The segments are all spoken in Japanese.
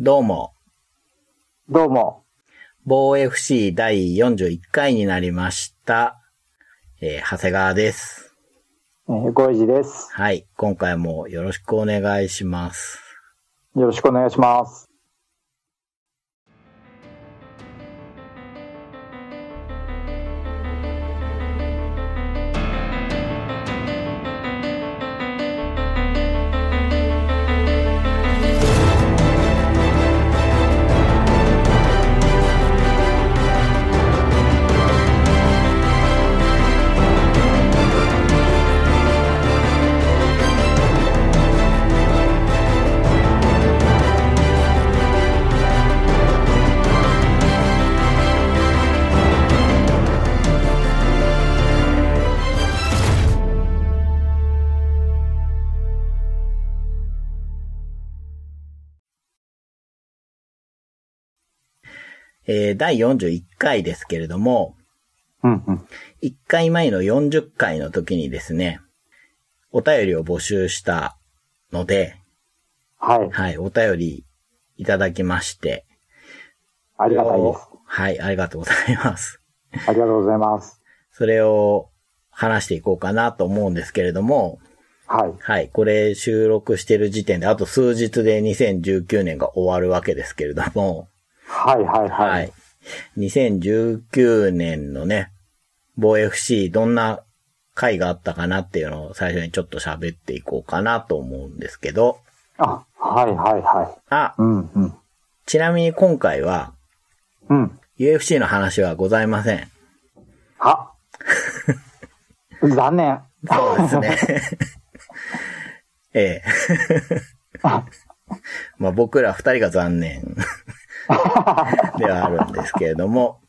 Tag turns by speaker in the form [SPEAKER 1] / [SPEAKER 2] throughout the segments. [SPEAKER 1] どうも、
[SPEAKER 2] どうも。
[SPEAKER 1] 防 FC 第41回になりました。えー長谷川です。
[SPEAKER 2] えー、ごいじです。
[SPEAKER 1] はい、今回もよろしくお願いします。
[SPEAKER 2] よろしくお願いします。
[SPEAKER 1] えー第41回ですけれども、
[SPEAKER 2] うんうん。
[SPEAKER 1] 1回前の40回の時にですね、お便りを募集したので、
[SPEAKER 2] はい。
[SPEAKER 1] はい、お便りいただきまして、
[SPEAKER 2] ありがたいです。
[SPEAKER 1] はい、ありがとうございます。
[SPEAKER 2] ありがとうございます。
[SPEAKER 1] それを話していこうかなと思うんですけれども、
[SPEAKER 2] はい。
[SPEAKER 1] はい。これ収録してる時点で、あと数日で2019年が終わるわけですけれども、
[SPEAKER 2] はいはいは
[SPEAKER 1] はいい。。2019年のね、防 FC どんな回があったかなっていうのを最初にちょっと喋っていこうかなと思うんですけど、
[SPEAKER 2] あ、はいはいはい。
[SPEAKER 1] あ、
[SPEAKER 2] うんうん。
[SPEAKER 1] ちなみに今回は
[SPEAKER 2] うん。
[SPEAKER 1] UFC の話はございません。
[SPEAKER 2] は 残念。
[SPEAKER 1] そうです ね。ええ。まあ僕ら二人が残念ではあるんですけれども、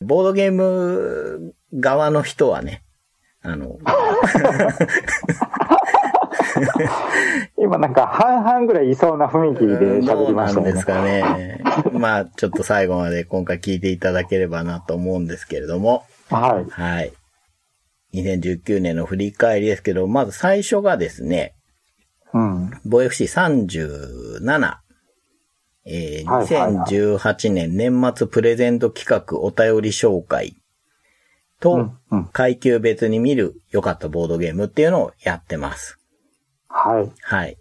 [SPEAKER 1] ボードゲーム側の人はね、あの、
[SPEAKER 2] 今なんか半々ぐらいいそうな雰囲気で喋
[SPEAKER 1] ど
[SPEAKER 2] り
[SPEAKER 1] う
[SPEAKER 2] ま
[SPEAKER 1] な
[SPEAKER 2] した
[SPEAKER 1] んで
[SPEAKER 2] よ
[SPEAKER 1] す
[SPEAKER 2] ね。
[SPEAKER 1] かね。まあちょっと最後まで今回聞いていただければなと思うんですけれども、
[SPEAKER 2] はい。
[SPEAKER 1] はい。2019年の振り返りですけど、まず最初がですね、
[SPEAKER 2] うん。
[SPEAKER 1] ボ FC37、えー
[SPEAKER 2] はいはいは
[SPEAKER 1] 2018年年末プレゼント企画お便り紹介と、
[SPEAKER 2] うんうん。
[SPEAKER 1] 階級別に見る良かったボードゲームっていうのをやってます。
[SPEAKER 2] はい。
[SPEAKER 1] はい。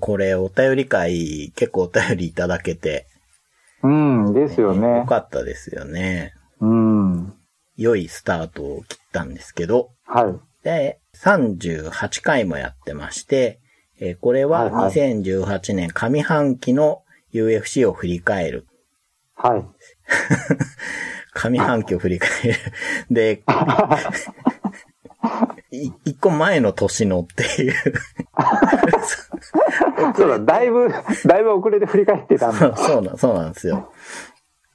[SPEAKER 1] これお便り会、結構お便りいただけて、
[SPEAKER 2] うん。ですよ
[SPEAKER 1] 良
[SPEAKER 2] ね。
[SPEAKER 1] かったですよね。
[SPEAKER 2] うん。はい。
[SPEAKER 1] 良いスタートを切ったんですけど、で、38回もやってまして、えーこれは
[SPEAKER 2] はいはい
[SPEAKER 1] 2018年上半期の UFC を振り返る。
[SPEAKER 2] はい。
[SPEAKER 1] 上半期を振り返る。で、い一個前の年のっていう。
[SPEAKER 2] そうだ、だいぶ、だいぶ遅れて振り返ってたんだ。
[SPEAKER 1] そうな、そうなんですよ。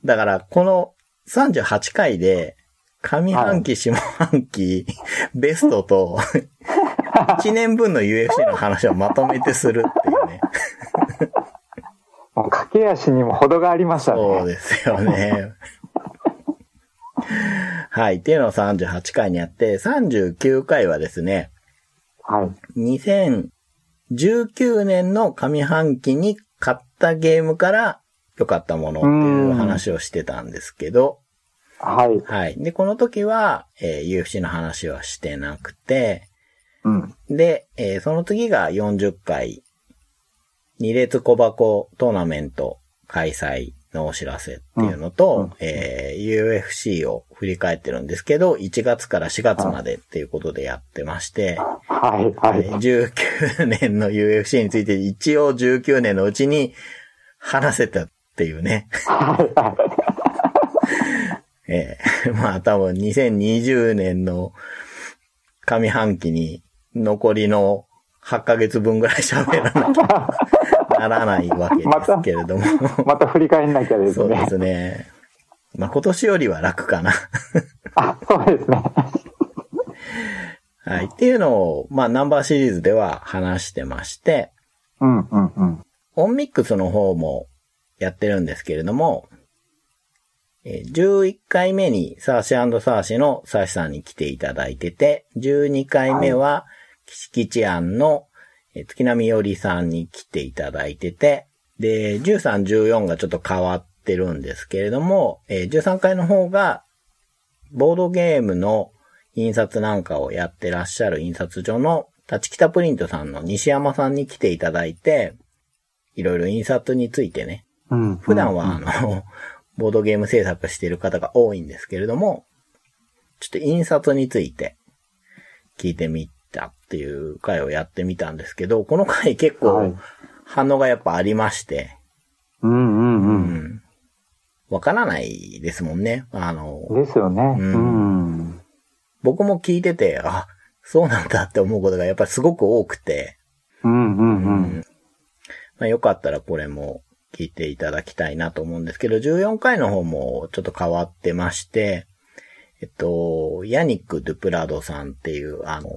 [SPEAKER 1] だから、この38回で、上半期、下半期、ベストと、1年分の UFC の話をまとめてするっていうね。
[SPEAKER 2] もう駆け足にも程がありましたね。
[SPEAKER 1] そうですよね。はい。っていうのを38回にやって、39回はですね、
[SPEAKER 2] はい。
[SPEAKER 1] 2019年の上半期に買ったゲームから良かったものっていう話をしてたんですけど、
[SPEAKER 2] はい。
[SPEAKER 1] はい。で、この時は、えー UFC の話はしてなくて、
[SPEAKER 2] うん。
[SPEAKER 1] で、えーその次が40回、二列小箱トーナメント開催のお知らせっていうのと、
[SPEAKER 2] うんうん
[SPEAKER 1] えー UFC を振り返ってるんですけど、1月から4月までっていうことでやってまして、
[SPEAKER 2] はい、はい。
[SPEAKER 1] えー19年の UFC について一応19年のうちに話せたっていうね。
[SPEAKER 2] はい、はい。
[SPEAKER 1] え ーまあ多分2020年の上半期に残りの8ヶ月分ぐらい喋らなきゃな らないわけですけれども。
[SPEAKER 2] また振り返んなきゃです
[SPEAKER 1] そうで
[SPEAKER 2] ね。
[SPEAKER 1] すね。まあ今年よりは楽かな。
[SPEAKER 2] あ、そうですね。
[SPEAKER 1] はい。っていうのを、まあナンバーシリーズでは話してまして、
[SPEAKER 2] うん、うん、うん。
[SPEAKER 1] オンミックスの方もやってるんですけれども、えー11回目にサーシサーシのサーシさんに来ていただいてて、12回目は、キシキチアンのえー月並みよりさんに来ていただいてて、で、13、14がちょっと変わってるんですけれども、えー13回の方が、ボードゲームの印刷なんかをやってらっしゃる印刷所の、立ち北プリントさんの西山さんに来ていただいて、いろいろ印刷についてね、
[SPEAKER 2] うん。
[SPEAKER 1] 普段は、あの、 ボードゲーム制作している方が多いんですけれども、ちょっと印刷について聞いてみたっていう回をやってみたんですけど、この回結
[SPEAKER 2] は
[SPEAKER 1] 構
[SPEAKER 2] い
[SPEAKER 1] 反応がやっぱありまして、
[SPEAKER 2] うんうんうん。
[SPEAKER 1] うん。わからないですもんね。あの、
[SPEAKER 2] ですよね。
[SPEAKER 1] う
[SPEAKER 2] うんん。
[SPEAKER 1] 僕も聞いてて、あ、そうなんだって思うことがやっぱりすごく多くて、
[SPEAKER 2] うんうんう。
[SPEAKER 1] うんんまあ、よかったらこれも聞いていただきたいなと思うんですけど、14回の方もちょっと変わってまして、えっと、ヤニック・ドゥプラドさんっていう、あの、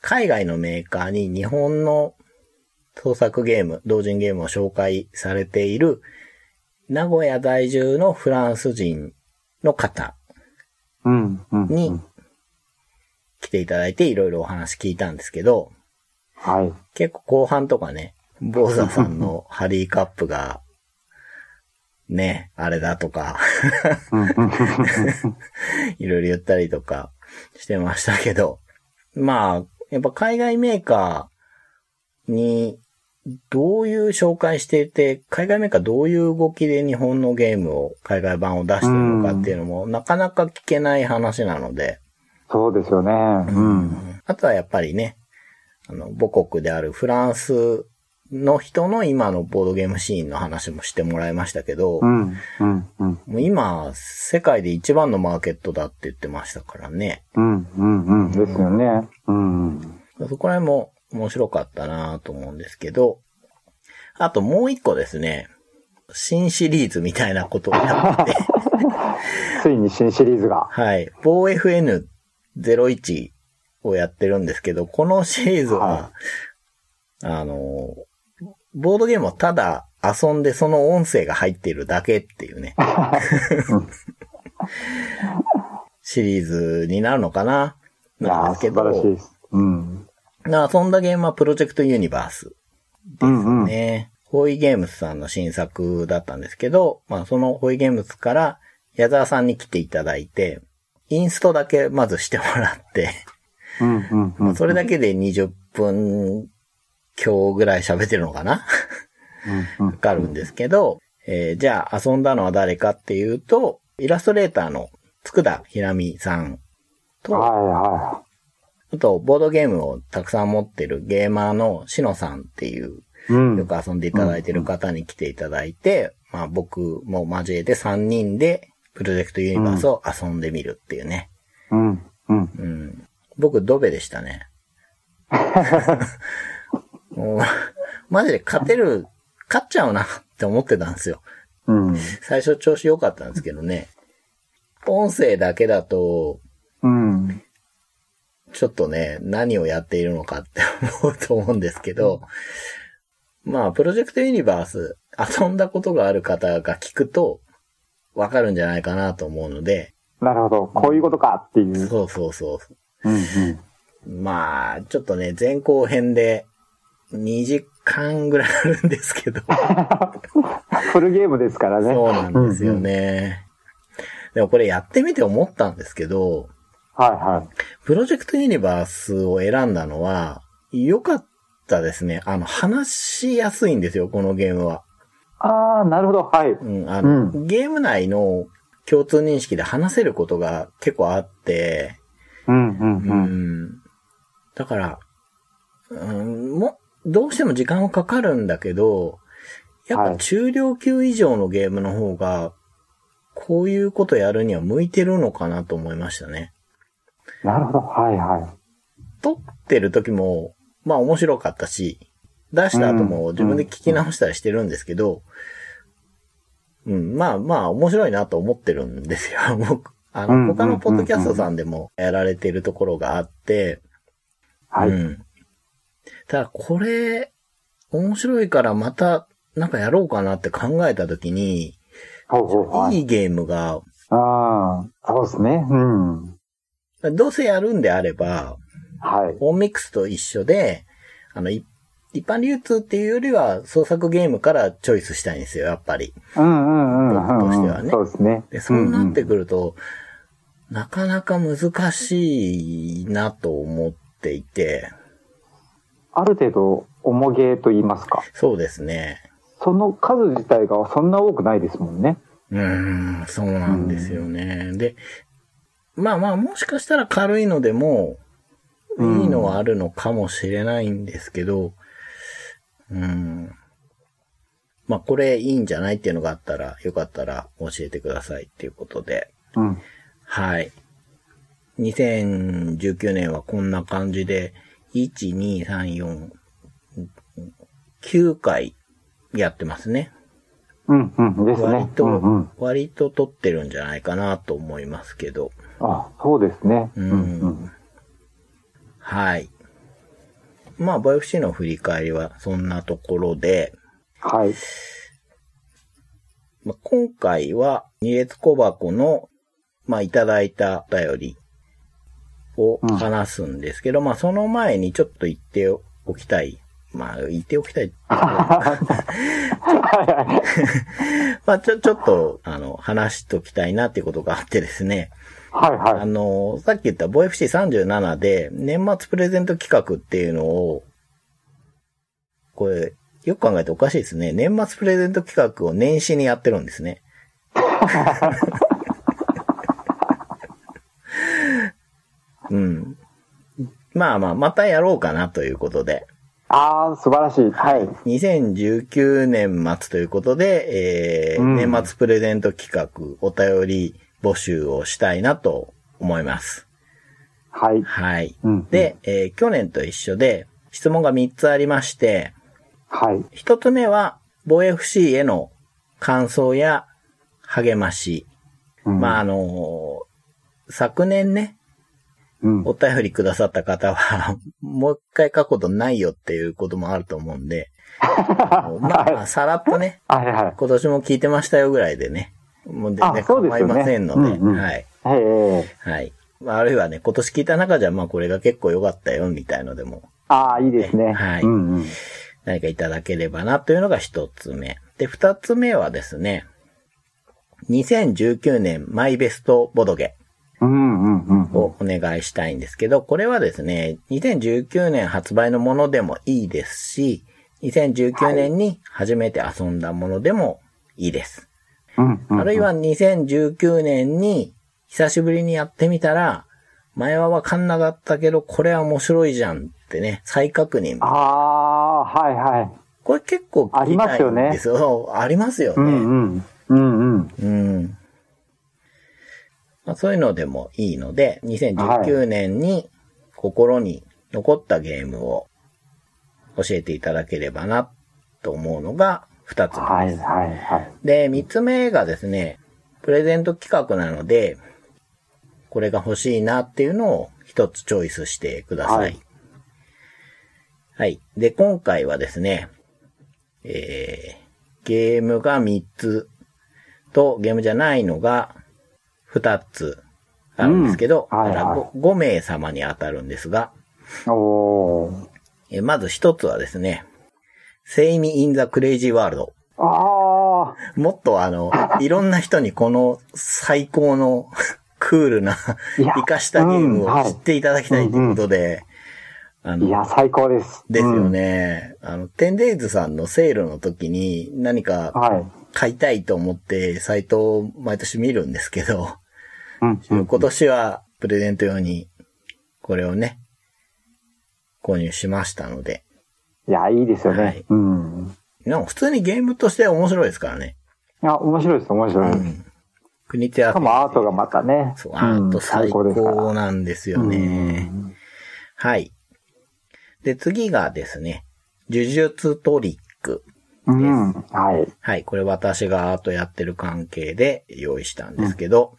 [SPEAKER 1] 海外のメーカーに日本の創作ゲーム、同人ゲームを紹介されている、名古屋在住のフランス人の方
[SPEAKER 2] うんうん。
[SPEAKER 1] に来ていただいていろいろお話聞いたんですけど、
[SPEAKER 2] はい。
[SPEAKER 1] 結構後半とかね、坊主さんのハリーカップが、ね、あれだとか、
[SPEAKER 2] うんうん うん
[SPEAKER 1] いろいろ言ったりとかしてましたけど、まあ、やっぱ海外メーカーにどういう紹介していて、海外メーカーどういう動きで日本のゲームを、海外版を出してるのかっていうのも、なかなか聞けない話なので、
[SPEAKER 2] そうですよね。うん。
[SPEAKER 1] あとはやっぱりね、あの、母国であるフランスの人の今のボードゲームシーンの話もしてもらいましたけど、
[SPEAKER 2] う
[SPEAKER 1] も
[SPEAKER 2] んうんうん。
[SPEAKER 1] う今、世界で一番のマーケットだって言ってましたからね。
[SPEAKER 2] うんうんうん。ですよね。うん。
[SPEAKER 1] そこら辺も面白かったなと思うんですけど、あともう一個ですね、新シリーズみたいなことをやってて、
[SPEAKER 2] ついに新シリーズが。
[SPEAKER 1] はい。BOFN01 をやってるんですけど、このシリーズは
[SPEAKER 2] は、
[SPEAKER 1] あの、ボードゲームをただ遊んでその音声が入っているだけっていう ね。シリーズになるのかない
[SPEAKER 2] や
[SPEAKER 1] なん
[SPEAKER 2] ー
[SPEAKER 1] ですけ
[SPEAKER 2] 素晴らしい
[SPEAKER 1] ど、
[SPEAKER 2] です。うん。
[SPEAKER 1] な遊んだゲームはプロジェクトユニバース
[SPEAKER 2] うんうん。
[SPEAKER 1] ね。ホイゲームズさんの新作だったんですけど、まあそのホイゲームズから矢沢さんに来ていただいて、インストだけまずしてもらって、
[SPEAKER 2] うんうんうん。
[SPEAKER 1] それだけで20分強ぐらい喋ってるのかな
[SPEAKER 2] うんう
[SPEAKER 1] か
[SPEAKER 2] ん。
[SPEAKER 1] かるんですけど、えーじゃあ遊んだのは誰かっていうと、イラストレーターのつくだひらみさんと、
[SPEAKER 2] はい
[SPEAKER 1] あ
[SPEAKER 2] は
[SPEAKER 1] とボードゲームをたくさん持ってるゲーマーのしのさんっていう
[SPEAKER 2] い。うん。
[SPEAKER 1] よく遊んでいただいてる方に来ていただいて、まあ僕も交えて3人でプロジェクトユニバースを遊んでみるっていうね。
[SPEAKER 2] うんうん。
[SPEAKER 1] うん。僕ドベでしたね。もう、マジで勝てる、勝っちゃうなって思ってたんですよ。
[SPEAKER 2] うん。
[SPEAKER 1] 最初調子良かったんですけどね。音声だけだと、
[SPEAKER 2] うん。
[SPEAKER 1] ちょっとね、何をやっているのかって思うと思うんですけど、まあ、プロジェクトユニバース、遊んだことがある方が聞くと、わかるんじゃないかなと思うので、
[SPEAKER 2] なるほど。こういうことかっていう。
[SPEAKER 1] そうそうそう。
[SPEAKER 2] うんうん。
[SPEAKER 1] まあ、ちょっとね、前後編で2時間ぐらいあるんですけど、
[SPEAKER 2] フルゲームですから ね。
[SPEAKER 1] そうなんですよね。でもこれやってみて思ったんですけど、
[SPEAKER 2] はいはい。
[SPEAKER 1] プロジェクトユニバースを選んだのは、良かったですね。あの、話しやすいんですよ、このゲームは。
[SPEAKER 2] ああ、なるほど。はい。
[SPEAKER 1] うん、あの、
[SPEAKER 2] う
[SPEAKER 1] ゲーム内の共通認識で話せることが結構あって、
[SPEAKER 2] うんうん
[SPEAKER 1] う
[SPEAKER 2] うん。
[SPEAKER 1] ん。だから、うん、も、どうしても時間はかかるんだけど、やっ
[SPEAKER 2] は
[SPEAKER 1] ぱ
[SPEAKER 2] い
[SPEAKER 1] 中量級以上のゲームの方が、こういうことやるには向いてるのかなと思いましたね。
[SPEAKER 2] なるほど。はいはい。
[SPEAKER 1] 撮ってる時も、まあ面白かったし、出した後も自分で聞き直したりしてるんですけど、うん、まあまあ面白いなと思ってるんですよ、 僕。あ
[SPEAKER 2] うんうんうん
[SPEAKER 1] の、
[SPEAKER 2] うん
[SPEAKER 1] 他のポッドキャストさんでもやられてるところがあって、
[SPEAKER 2] は
[SPEAKER 1] う
[SPEAKER 2] い。
[SPEAKER 1] ん。ただこれ、面白いからまたなんかやろうかなって考えた時に、
[SPEAKER 2] ほうほうはいい。
[SPEAKER 1] いゲームが、
[SPEAKER 2] ああ、そうですね。うん。
[SPEAKER 1] どうせやるんであれば、
[SPEAKER 2] はい。
[SPEAKER 1] オンミックスと一緒で、あの、い一般流通っていうよりは、創作ゲームからチョイスしたいんですよ、やっぱり。
[SPEAKER 2] うんうんうんうん、うん。
[SPEAKER 1] 僕としてはね
[SPEAKER 2] そうですね。
[SPEAKER 1] で、そうなって
[SPEAKER 2] ん
[SPEAKER 1] くると、なかなか難しいなと思っていて、
[SPEAKER 2] うんある程度、重げと言いますか。
[SPEAKER 1] そうですね。
[SPEAKER 2] その数自体がそんな多くないですもんね。
[SPEAKER 1] うーん、そうなんですよね。で、まあまあ、もしかしたら軽いのでも、い
[SPEAKER 2] うん
[SPEAKER 1] いのはあるのかもしれないんですけど、うん。まあ、これいいんじゃないっていうのがあったら、よかったら教えてくださいっていうことで。
[SPEAKER 2] うん。
[SPEAKER 1] はい。2019年はこんな感じで、1、2、3、4、9回やってますね。
[SPEAKER 2] うんうん。です
[SPEAKER 1] 割
[SPEAKER 2] ね。
[SPEAKER 1] と、
[SPEAKER 2] うんうん。
[SPEAKER 1] 割と撮ってるんじゃないかなと思いますけど。
[SPEAKER 2] あ、そうですね。
[SPEAKER 1] う
[SPEAKER 2] うんんうん。
[SPEAKER 1] はい。まあ、バイオフシーの振り返りはそんなところで、
[SPEAKER 2] はい。
[SPEAKER 1] まあ、今回は二列小箱の、まあ、いただいたお便りを
[SPEAKER 2] うん
[SPEAKER 1] 話すんですけど、まあ、その前にちょっと言っておきたい。まあ、言っておきたい。まあ、ちょ、ちょっと、あの、話しときたいなっていうことがあってですね。
[SPEAKER 2] はいは
[SPEAKER 1] あ
[SPEAKER 2] い。
[SPEAKER 1] の、さっき言った VFC37 で年末プレゼント企画っていうのを、これ、よく考えておかしいですね。年末プレゼント企画を年始にやってるんです ね。うん。まあまあ、またやろうかなということで。
[SPEAKER 2] ああ、素晴らしい。はい。
[SPEAKER 1] 2019年末ということで、えー
[SPEAKER 2] うん
[SPEAKER 1] 年末プレゼント企画、お便り募集をしたいなと思います。
[SPEAKER 2] はい。
[SPEAKER 1] はい。
[SPEAKER 2] うん。、
[SPEAKER 1] で、えー去年と一緒で、質問が3つありまして、
[SPEAKER 2] はい。
[SPEAKER 1] 1つ目は、防 FC への感想や励まし。
[SPEAKER 2] うん
[SPEAKER 1] まあ、あのー昨年ね、
[SPEAKER 2] うん。
[SPEAKER 1] お便りくださった方は、 もう一回書くことないよっていうこともあると思うん で、あのまあまあ、さらっとね、
[SPEAKER 2] はいはい。
[SPEAKER 1] 今年も聞いてましたよぐらいでね、もう全然
[SPEAKER 2] あそうで
[SPEAKER 1] 構
[SPEAKER 2] す
[SPEAKER 1] い
[SPEAKER 2] よね
[SPEAKER 1] ませんので、
[SPEAKER 2] うんうん
[SPEAKER 1] はい。
[SPEAKER 2] ええ。
[SPEAKER 1] はい。まああるいはね、今年聞いた中じゃ、まあこれが結構良かったよみたいのでも
[SPEAKER 2] ああ、いいですね。
[SPEAKER 1] はい
[SPEAKER 2] うんうん。
[SPEAKER 1] 何かいただければなというのが一つ目。で、二つ目はですね、2019年マイベストボドゲ
[SPEAKER 2] うんうんうんうん。
[SPEAKER 1] をお願いしたいんですけど、これはですね、2019年発売のものでもいいですし、2019年に初めて遊んだものでもいいです。
[SPEAKER 2] うんうん。
[SPEAKER 1] あるいは2019年に久しぶりにやってみたら、前はわかんなかったけど、これは面白いじゃんってね、再確認
[SPEAKER 2] ああ、はいはい。
[SPEAKER 1] これ結構聞きたいんですよ。そうありますよ
[SPEAKER 2] う
[SPEAKER 1] ね。
[SPEAKER 2] んうん。うんうん。
[SPEAKER 1] うんまあ、そういうのでもいいので、2019年に心に残ったゲームを教えていただければなと思うのが2つ目。
[SPEAKER 2] はいはいはい。
[SPEAKER 1] で、3つ目がですね、プレゼント企画なので、これが欲しいなっていうのを1つチョイスしてください。は
[SPEAKER 2] はいい、
[SPEAKER 1] で、今回はですね、えー、ゲームが3つとゲームじゃないのが2つあるんですけど、
[SPEAKER 2] うんはいはい
[SPEAKER 1] だからご 5, 名様に当たるんですが、
[SPEAKER 2] おー。
[SPEAKER 1] えーまず1つはですね、セイミ・イン・ザ・クレイジー・ワールド。
[SPEAKER 2] あ
[SPEAKER 1] もっとあ の、いろんな人にこの最高の クールな、
[SPEAKER 2] あ。いや
[SPEAKER 1] 生かしたゲーム
[SPEAKER 2] うんは
[SPEAKER 1] を
[SPEAKER 2] い
[SPEAKER 1] 知っていただきたいということで、あ
[SPEAKER 2] い
[SPEAKER 1] の、
[SPEAKER 2] や、最高です。
[SPEAKER 1] ですよ
[SPEAKER 2] うん。
[SPEAKER 1] ね。あの、テンデイズさんのセールの時に何か
[SPEAKER 2] はい。
[SPEAKER 1] 買いたいと思ってサイトを毎年見るんですけど、
[SPEAKER 2] うんうん。
[SPEAKER 1] 今年はプレゼント用にこれをね、購入しましたので、
[SPEAKER 2] いや、いいですよね。
[SPEAKER 1] はい
[SPEAKER 2] うん。
[SPEAKER 1] なんか普通にゲームとして面白いですからね。
[SPEAKER 2] いや、面白いです、面白い。
[SPEAKER 1] う
[SPEAKER 2] し
[SPEAKER 1] ん。国手ア
[SPEAKER 2] かもアートがまたね。
[SPEAKER 1] そう、
[SPEAKER 2] ん
[SPEAKER 1] アート最
[SPEAKER 2] ですから
[SPEAKER 1] 高なんですよね。
[SPEAKER 2] うん
[SPEAKER 1] はい。で、次がですね、呪術トリック。
[SPEAKER 2] うん。はい。
[SPEAKER 1] はい、これ私がアートやってる関係で用意したんですけど、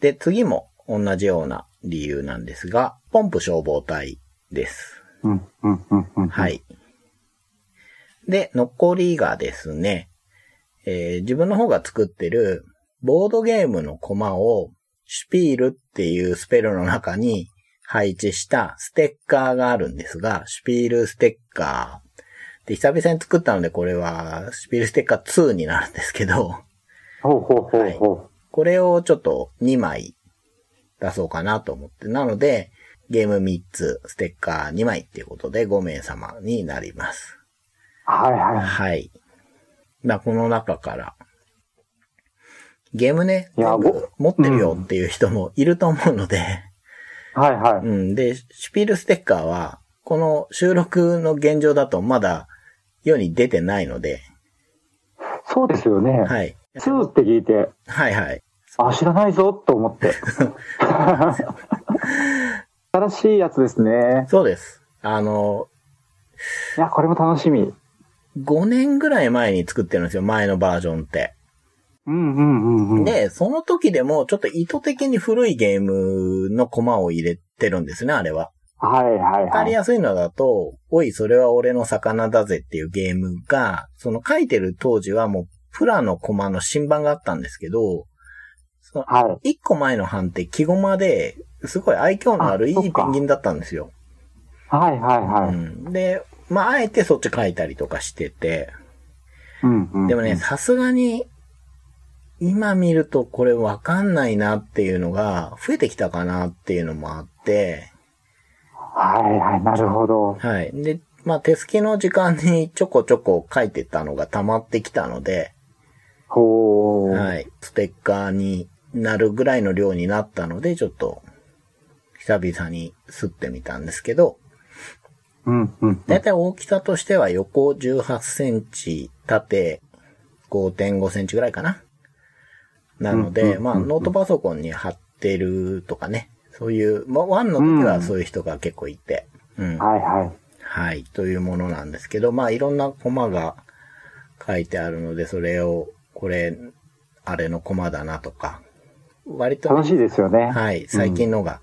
[SPEAKER 1] で、次も同じような理由なんですが、ポンプ消防隊です。
[SPEAKER 2] うん、うん、うん、うん。
[SPEAKER 1] は。い。で、残りがですね、えー自分の方が作ってるボードゲームのコマをシュピールっていうスペルの中に配置したステッカーがあるんですが、シュピールステッカーで、久々に作ったので、これは、スピルステッカー2になるんですけど、
[SPEAKER 2] ほうほうほうほう。
[SPEAKER 1] これをちょっと2枚出そうかなと思って。なので、ゲーム3つ、ステッカー2枚っていうことで5名様になります。
[SPEAKER 2] はい、はい、
[SPEAKER 1] はい。まあ、この中から、ゲームね、
[SPEAKER 2] いや
[SPEAKER 1] 全部持ってるよ
[SPEAKER 2] うん
[SPEAKER 1] っていう人もいると思うので、
[SPEAKER 2] はい、はい。
[SPEAKER 1] うん。で、シュピールステッカーは、この収録の現状だとまだ世に出てないので、
[SPEAKER 2] そうですよね。
[SPEAKER 1] はい。
[SPEAKER 2] 2って聞いて、
[SPEAKER 1] はいはい。
[SPEAKER 2] あ、知らないぞと 思って。新しいやつですね。
[SPEAKER 1] そうです。あの、
[SPEAKER 2] いや、これも楽しみ。
[SPEAKER 1] 5年ぐらい前に作ってるんですよ、前のバージョンって。
[SPEAKER 2] うんうんうんうん。
[SPEAKER 1] で、その時でもちょっと意図的に古いゲームのコマを入れてるんですね、あれは。
[SPEAKER 2] はいはい
[SPEAKER 1] わか
[SPEAKER 2] は
[SPEAKER 1] り
[SPEAKER 2] い。
[SPEAKER 1] やすいのだと、おい、それは俺の魚だぜっていうゲームが、その書いてる当時はもう、プラのコマの新版があったんですけど、その
[SPEAKER 2] はい。
[SPEAKER 1] 一個前の版って木駒で、すごい愛嬌のある
[SPEAKER 2] あ
[SPEAKER 1] いい
[SPEAKER 2] そっ
[SPEAKER 1] ペ
[SPEAKER 2] か
[SPEAKER 1] ンギンだったんですよ。
[SPEAKER 2] はいはいうはい。
[SPEAKER 1] ん、で、まあ、あえてそっち書いたりとかしてて、
[SPEAKER 2] うんうんうん。
[SPEAKER 1] でもね、さすがに、今見るとこれわかんないなっていうのが、増えてきたかなっていうのもあって、
[SPEAKER 2] はいはい、なるほど。
[SPEAKER 1] はい。で、まあ、手すきの時間にちょこちょこ書いてたのが溜まってきたので、
[SPEAKER 2] ほう。
[SPEAKER 1] はい。ステッカーになるぐらいの量になったので、ちょっと、久々に吸ってみたんですけど、
[SPEAKER 2] うんうん。
[SPEAKER 1] だいたい大きさとしては横18センチ、縦5.5センチぐらいかな。なの
[SPEAKER 2] うんうん
[SPEAKER 1] で、
[SPEAKER 2] うんうん
[SPEAKER 1] まあ、ノートパソコンに貼ってるとかね、そういう、まあ、ワンの時はそういう人が結構いて、うん。
[SPEAKER 2] はいはい。
[SPEAKER 1] はい、というものなんですけど、まあいろんなコマが書いてあるので、それを、これ、あれのコマだなとか、割とね、
[SPEAKER 2] 楽しいですよね。
[SPEAKER 1] はい、最近のが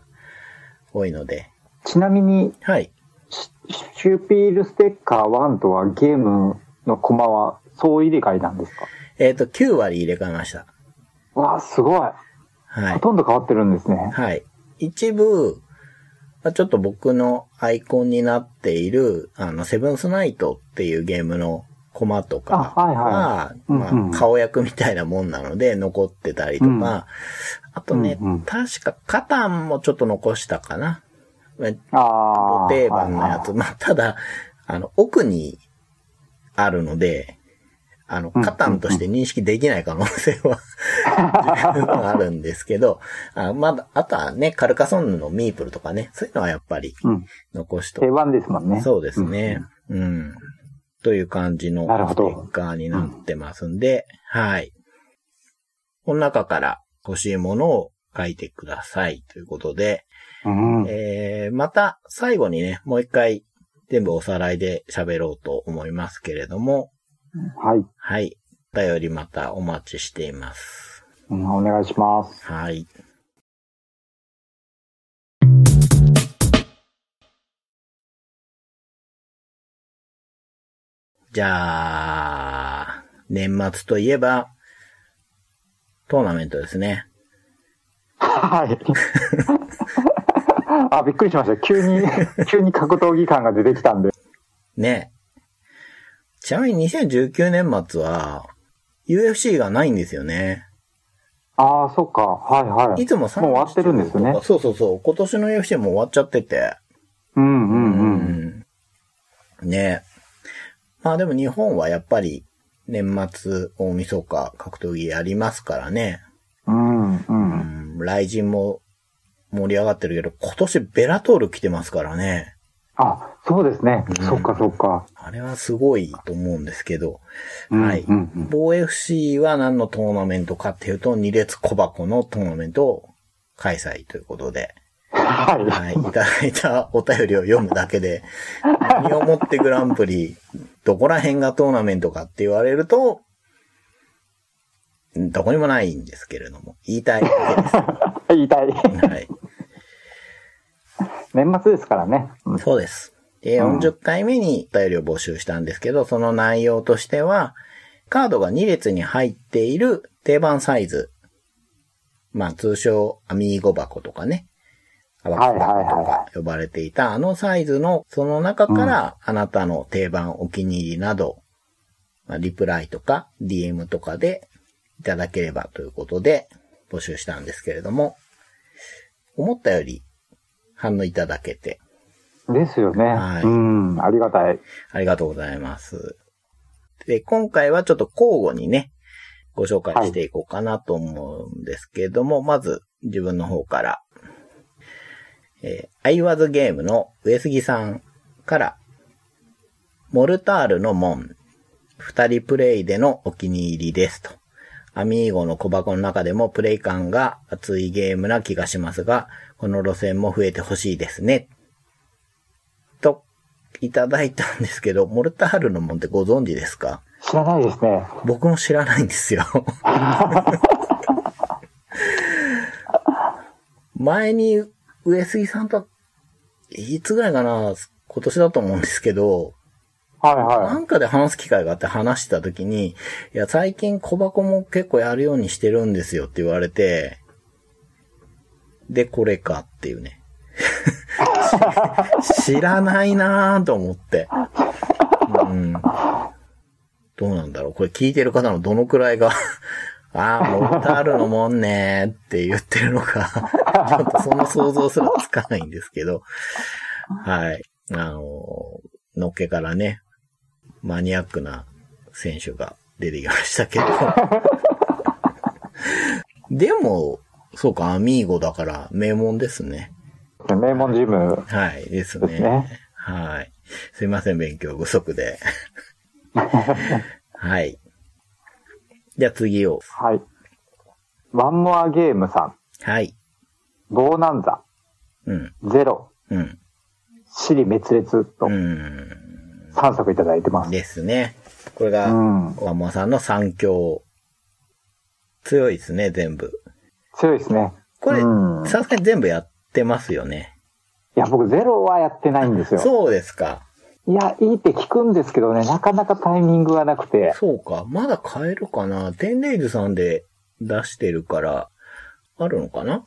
[SPEAKER 1] 多いので、
[SPEAKER 2] ちなみに、
[SPEAKER 1] はい。
[SPEAKER 2] シシューピールステッカー1とはゲームのコマは総入れ替えなんですか
[SPEAKER 1] えっ、と、9割入れ替えました。
[SPEAKER 2] わあ、すごい。
[SPEAKER 1] は
[SPEAKER 2] ほ
[SPEAKER 1] い。
[SPEAKER 2] とんど変わってるんですね。
[SPEAKER 1] はい。一部、まあちょっと僕のアイコンになっている、あの、セブンスナイトっていうゲームのコマとか
[SPEAKER 2] あはいはい
[SPEAKER 1] が
[SPEAKER 2] うんうん
[SPEAKER 1] まあ、顔役みたいなもんなので残ってたりとか、
[SPEAKER 2] うん
[SPEAKER 1] あとね、
[SPEAKER 2] うんうん
[SPEAKER 1] 確かカタンもちょっと残したかな。まあ
[SPEAKER 2] ああ。
[SPEAKER 1] 定番のや
[SPEAKER 2] はい
[SPEAKER 1] つ。まあ、ただ、あの、奥にあるので、あの、
[SPEAKER 2] うん
[SPEAKER 1] カタンとして認識できない可能性は十分あるんですけど、あまだ、あとはね、カルカソンヌのミープルとかね、そういうのはやっぱり
[SPEAKER 2] はい。うん。
[SPEAKER 1] 残しと
[SPEAKER 2] 定番ですもんね。
[SPEAKER 1] そうですね。うん。という感じの
[SPEAKER 2] なるほ
[SPEAKER 1] ステ
[SPEAKER 2] ど
[SPEAKER 1] ッカーになってますんで、はい。この中から欲しいものを書いてくださいということで、
[SPEAKER 2] うん。うん。
[SPEAKER 1] えー、また最後にね、もう一回全部おさらいで喋ろうと思いますけれども、
[SPEAKER 2] はい。
[SPEAKER 1] はい。お便りまたお待ちしています。
[SPEAKER 2] うんお願いします。
[SPEAKER 1] はい。じゃあ、年末といえば、トーナメントですね。
[SPEAKER 2] はい。あ、びっくりしました。急 に、急に格闘技感が出てきたんで。
[SPEAKER 1] ね。ちなみに2019年末は、UFC がないんですよね。
[SPEAKER 2] ああ、そっか。はいはいい。
[SPEAKER 1] つも3
[SPEAKER 2] もう終わってるんですね
[SPEAKER 1] そうそうそう。今年の UFC も終わっちゃってて。
[SPEAKER 2] うんうんうん。
[SPEAKER 1] うんねまあでも日本はやっぱり年末大晦日格闘技やりますからね。
[SPEAKER 2] うんう。
[SPEAKER 1] うんん、雷神も盛り上がってるけど、今年ベラトール来てますからね。
[SPEAKER 2] あ、そうですね。
[SPEAKER 1] うん
[SPEAKER 2] そっかそっか。
[SPEAKER 1] あれはすごいと思うんですけど。
[SPEAKER 2] うん
[SPEAKER 1] はい
[SPEAKER 2] うんうん
[SPEAKER 1] 防 FC は何のトーナメントかっていうと、2列小箱のトーナメントを開催ということで。
[SPEAKER 2] は
[SPEAKER 1] はい、いただいたお便りを読むだけで、何をもってグランプリ、どこら辺がトーナメントかって言われると、どこにもないんですけれども、言いたいだ
[SPEAKER 2] い。言いたい。
[SPEAKER 1] けです。はい。
[SPEAKER 2] 年末ですからね。うん
[SPEAKER 1] そうです。で、
[SPEAKER 2] うん
[SPEAKER 1] 40回目にお便りを募集したんですけど、その内容としては、カードが2列に入っている定番サイズ。まあ、通称、アミーゴ箱とかね。アバカダカとか呼ばれていたあのサイズの、その中からあなたの定番お気に入りなど、まあリプライとか DM とかでいただければということで募集したんですけれども、思ったより反応いただけて
[SPEAKER 2] ですよね。
[SPEAKER 1] はい
[SPEAKER 2] うん、ありがたい。
[SPEAKER 1] ありがとうございます。で、今回はちょっと交互にね、ご紹介していこうかなと思うんですけども、まず自分の方から、えー、アイワズゲームの上杉さんから、モルタールの門、二人プレイでのお気に入りですと。アミーゴの小箱の中でもプレイ感が熱いゲームな気がしますが、この路線も増えてほしいですね。と、いただいたんですけど、モルタールの門ってご存知ですか
[SPEAKER 2] 知らないですね。
[SPEAKER 1] 僕も知らないんですよ。前に上杉さんと、いつぐらいかな、今年だと思うんですけど、
[SPEAKER 2] はい
[SPEAKER 1] な
[SPEAKER 2] は
[SPEAKER 1] んかで話す機会があって話した時に、いや、最近小箱も結構やるようにしてるんですよって言われて、で、これかっていう ね。知知らないなぁと思って。うん。どうなんだろうこれ聞いてる方のどのくらいが、 ああ、モルタールのもんねーって言ってるの か、ちょっとその想像すらつかないんですけど、はい。あのー、のっけからね、マニアックな選手が出てきましたけど。 でも、そうか、アミーゴだから名門ですね。
[SPEAKER 2] い。名門ジム
[SPEAKER 1] はい、です
[SPEAKER 2] で
[SPEAKER 1] ね。
[SPEAKER 2] すね。
[SPEAKER 1] はい。すいません、勉強不足で。 はい。じゃあ次を。
[SPEAKER 2] はい。ワンモアゲームさん、
[SPEAKER 1] はい。
[SPEAKER 2] ボーナンザ、
[SPEAKER 1] うん、
[SPEAKER 2] ゼロ、
[SPEAKER 1] うん、
[SPEAKER 2] シリ滅裂と
[SPEAKER 1] うん。
[SPEAKER 2] 3作いただいてます。
[SPEAKER 1] ですね。これ
[SPEAKER 2] う
[SPEAKER 1] が、
[SPEAKER 2] ん。
[SPEAKER 1] ワンモアさんの三強。強いですね、全部。
[SPEAKER 2] 強いですね。
[SPEAKER 1] これ
[SPEAKER 2] うん、
[SPEAKER 1] さすがに全部やってますよね。
[SPEAKER 2] いや、僕ゼロはやってないんですよ。
[SPEAKER 1] そうですか。
[SPEAKER 2] いや、いいって聞くんですけどね、なかなかタイミングがなくて。
[SPEAKER 1] そうか。まだ買えるかな。テンレイズさんで出してるから、あるのかな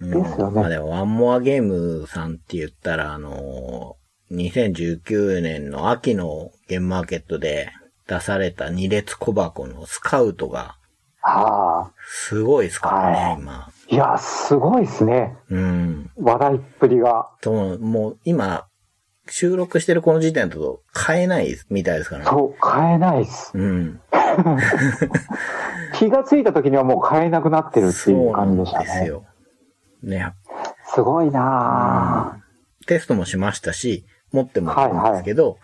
[SPEAKER 1] うん
[SPEAKER 2] ですよね
[SPEAKER 1] まあでも、ワンモアゲームさんって言ったら、あのー2019年の秋のゲームマーケットで出された2列小箱のスカウトが、
[SPEAKER 2] ああ。
[SPEAKER 1] すごいですからね、
[SPEAKER 2] はい
[SPEAKER 1] 今。
[SPEAKER 2] いや、すごいですね。
[SPEAKER 1] うん。
[SPEAKER 2] 話題っぷりが。
[SPEAKER 1] と、もう今、収録してるこの時点だと買えないみたいですからね。
[SPEAKER 2] そう、買えないっす。
[SPEAKER 1] うん。
[SPEAKER 2] 気がついた時にはもう買えなくなってるっていう感じでした
[SPEAKER 1] そうなんです
[SPEAKER 2] ね。
[SPEAKER 1] よ。ね、
[SPEAKER 2] すごいなあ
[SPEAKER 1] テストもしましたし、持ってもいたんですけど、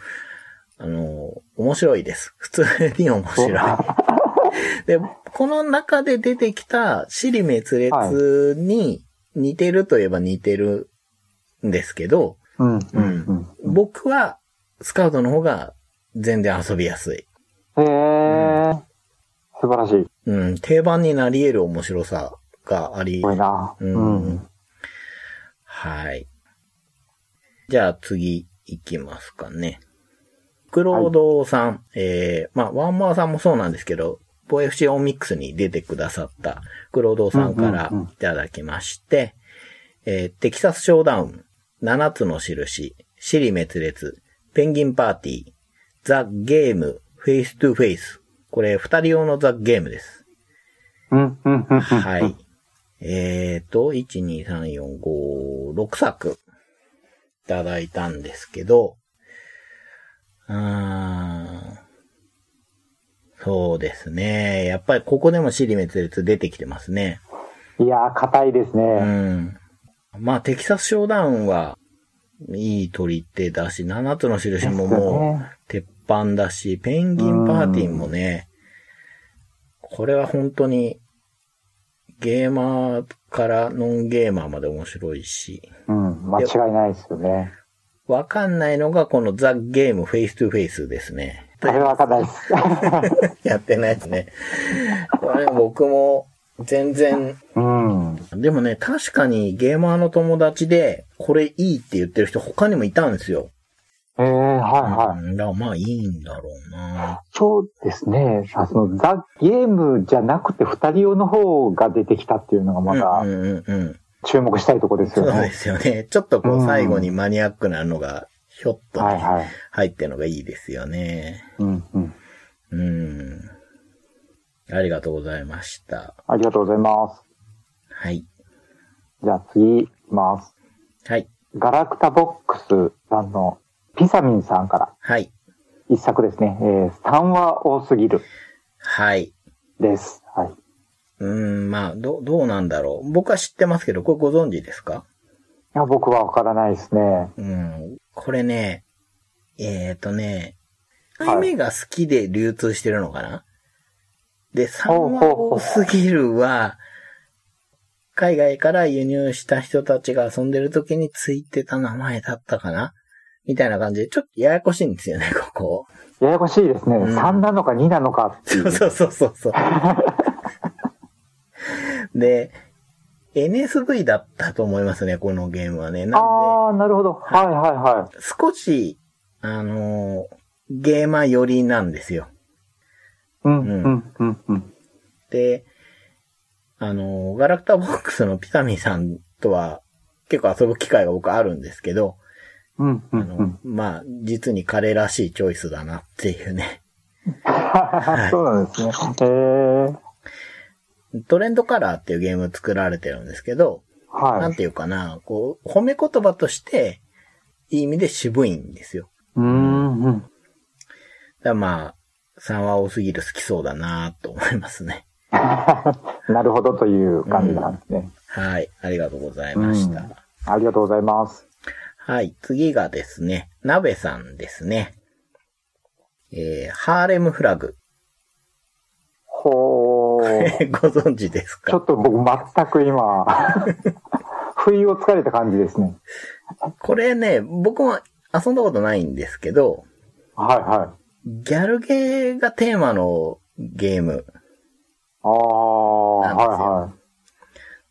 [SPEAKER 1] あの、面白いです。普通に面白い。 で、この中で出てきた、シリ滅裂に似てるといえば似てるんですけど、
[SPEAKER 2] うん、うん、うん。
[SPEAKER 1] 僕はスカウトの方が全然遊びやすい。
[SPEAKER 2] へえ、素晴らしい。す
[SPEAKER 1] うん、定番になり得る面白さがあり
[SPEAKER 2] ごいな
[SPEAKER 1] うん
[SPEAKER 2] うん。
[SPEAKER 1] はい。じゃあ次行きますかね。クロードさん、えー、まあ、ワンマーさんもそうなんですけど、ボ FC オンミックスに出てくださったクロードさんから
[SPEAKER 2] うんうんうん
[SPEAKER 1] いただきまして、えーテキサスショーダウン、7つの印、シリ滅裂、ペンギンパーティー、ザ・ゲーム、フェイス・トゥ・フェイス。これ、二人用のザ・ゲームです。
[SPEAKER 2] うん、うん、う ん。
[SPEAKER 1] は。い。えーと、1、2、3、4、5、6作いただいたんですけど、うーん。そうですね。やっぱりここでも尻滅裂出てきてますね。
[SPEAKER 2] いやー、硬いです
[SPEAKER 1] う
[SPEAKER 2] ね。
[SPEAKER 1] ん。まあ、テキサスショーダウンは、いい取り手だし、7つの印ももう、鉄板だし、ペンギンパーティーもね、これは本当に、ゲーマーからノンゲーマーまで面白いし、
[SPEAKER 2] うん、間違いないですよね。
[SPEAKER 1] わかんないのがこのザ・ゲームフェイストゥフェイスですね。
[SPEAKER 2] これは硬いです。
[SPEAKER 1] やってないですね。これ僕も全然、
[SPEAKER 2] うん。
[SPEAKER 1] でもね、確かにゲーマーの友達で、これいいって言ってる人他にもいたんですよ。
[SPEAKER 2] ええはいはい。
[SPEAKER 1] うんだからまあいいんだろうな。
[SPEAKER 2] そうですね。あその、ザ・ゲームじゃなくて、二人用の方が出てきたっていうのがま
[SPEAKER 1] う
[SPEAKER 2] た
[SPEAKER 1] んうんうんうん。
[SPEAKER 2] 注目したいとこです
[SPEAKER 1] そ
[SPEAKER 2] よ
[SPEAKER 1] うで
[SPEAKER 2] ね。
[SPEAKER 1] すよね。ちょっとこ
[SPEAKER 2] う
[SPEAKER 1] うん最後にマニアックなのが、ひょっと
[SPEAKER 2] はい
[SPEAKER 1] ね
[SPEAKER 2] はい。
[SPEAKER 1] 入ってるのがいいですよね。
[SPEAKER 2] うんうん。
[SPEAKER 1] うん。ありがとうございました。
[SPEAKER 2] ありがとうございます。
[SPEAKER 1] はい。
[SPEAKER 2] じゃあ次、いきます。
[SPEAKER 1] はい。
[SPEAKER 2] ガラクタボックスさんのピサミンさんから
[SPEAKER 1] はい。
[SPEAKER 2] 一作ですね。えー、3は多すぎる
[SPEAKER 1] はい。
[SPEAKER 2] です。はい。
[SPEAKER 1] うん、まあ、ど、どうなんだろう。僕は知ってますけど、これご存知ですか
[SPEAKER 2] いや、僕はわからないですね。
[SPEAKER 1] うん。これね、えっ、ー、とね、
[SPEAKER 2] はい
[SPEAKER 1] アニメが好きで流通してるのかな、で、3
[SPEAKER 2] ほうほう
[SPEAKER 1] 話
[SPEAKER 2] ほう
[SPEAKER 1] 多すぎるは、海外から輸入した人たちが遊んでる時についてた名前だったかなみたいな感じで、ちょっとややこしいんですよね、 ここ。
[SPEAKER 2] ややこしいですね。
[SPEAKER 1] うん
[SPEAKER 2] 3なのか2なのかってい
[SPEAKER 1] そう
[SPEAKER 2] う。
[SPEAKER 1] そうそうそう そう。で、NSV だったと思いますね、このゲームはね。なん
[SPEAKER 2] ああ、なるほど。はいはいは
[SPEAKER 1] で、少し、あのーゲーマー寄りなんですよ。
[SPEAKER 2] い。うん
[SPEAKER 1] う
[SPEAKER 2] うんんうんうん。
[SPEAKER 1] で、あのーガラクタボックスのピタミさんとは結構遊ぶ機会が僕あるんですけど、
[SPEAKER 2] うんう
[SPEAKER 1] あ
[SPEAKER 2] ん
[SPEAKER 1] の、
[SPEAKER 2] うん。
[SPEAKER 1] まあ、実に彼らしいチョイスだなっていうね。 い
[SPEAKER 2] そうなんですね。えー、
[SPEAKER 1] トレンドカラーっていうゲーム作られてるんですけど、な
[SPEAKER 2] は
[SPEAKER 1] ん
[SPEAKER 2] い。
[SPEAKER 1] ていうかな、こう、褒め言葉として、いい意味で渋いんですよ。
[SPEAKER 2] うーん うん。
[SPEAKER 1] だからまあ、3話多すぎる好きそうだなと思いますね。
[SPEAKER 2] なるほどという感じなんですね。
[SPEAKER 1] はい。ありがとうございました。
[SPEAKER 2] うんありがとうございます。
[SPEAKER 1] はい。次がですね、鍋さんですね。えー、ハーレムフラグ。
[SPEAKER 2] ほー。
[SPEAKER 1] ご存知です
[SPEAKER 2] ちょ
[SPEAKER 1] か
[SPEAKER 2] っと僕全く 今、不意をつかれた感じですね。
[SPEAKER 1] これね、僕も遊んだことないんですけど、
[SPEAKER 2] はいはい。
[SPEAKER 1] ギャルゲーがテーマのゲーム
[SPEAKER 2] あー、
[SPEAKER 1] なんですよ
[SPEAKER 2] は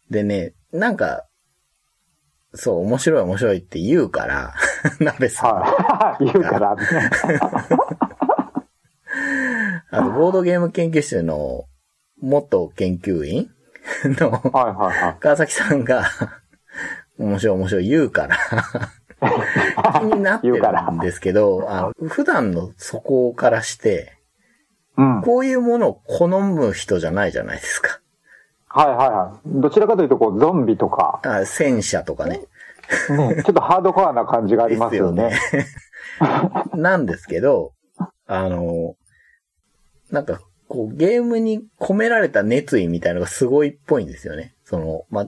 [SPEAKER 1] でね、なんか、そう、面白い面白いって言うから、 鍋
[SPEAKER 2] い
[SPEAKER 1] さん。
[SPEAKER 2] はい。はい。 言うから。
[SPEAKER 1] あの、ボードゲーム研究室の元研究員の
[SPEAKER 2] はいはいはい。
[SPEAKER 1] 川崎さんが、面白い面白い言うから、気になってる
[SPEAKER 2] 言うから
[SPEAKER 1] んですけど、あの普段の素行からして、
[SPEAKER 2] うん。はい
[SPEAKER 1] こういうものを好む人じゃないじゃないですか。
[SPEAKER 2] はいはい。どちらかというと、こう、ゾンビとか、
[SPEAKER 1] あ戦車とかね。
[SPEAKER 2] ね、ちょっとハードコアな感じがありますよね。
[SPEAKER 1] なんですけど、あの、なんか、こう、ゲームに込められた熱意みたいなのがすごいっぽいんですよね。その、ま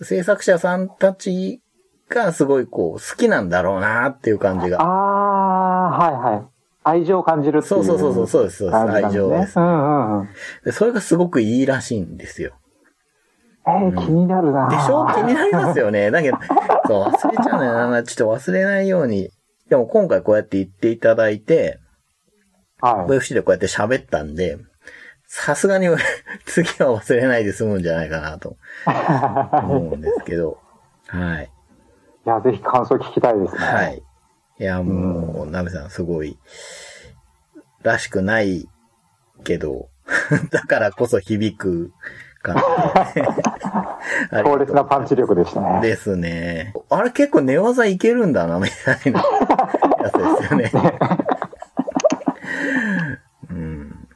[SPEAKER 1] あ、制作者さんたちがすごいこう、好きなんだろうなっていう感じ
[SPEAKER 2] あ
[SPEAKER 1] が。
[SPEAKER 2] ー、はいはい。愛情を感じるってい
[SPEAKER 1] そう
[SPEAKER 2] う。
[SPEAKER 1] そうそうそう、そうです、そうです。
[SPEAKER 2] 感じなん
[SPEAKER 1] 愛情
[SPEAKER 2] ね
[SPEAKER 1] です
[SPEAKER 2] う。んうんうん。
[SPEAKER 1] でそれがすごくいいらしいんですよ。
[SPEAKER 2] えー気になるな
[SPEAKER 1] でしょ気になりますよね。だ けど、そう、忘れちゃうのよな。ちょっと忘れないように。でも今回こうやって言っていただいて、
[SPEAKER 2] はい。
[SPEAKER 1] VFC でこうやって喋ったんで、さすがに 次は忘れないで済むんじゃないかなと思うんですけど、はい。
[SPEAKER 2] いや、ぜひ感想聞きたいですね。
[SPEAKER 1] はい。いや、もう、ナベさんすごい、らしくないけど、 だからこそ響く感じでありがと
[SPEAKER 2] 強
[SPEAKER 1] う
[SPEAKER 2] 烈なパンチ力でしたね。
[SPEAKER 1] ですね。あれ結構寝技いけるんだな、みたいなやつですよね。 うん。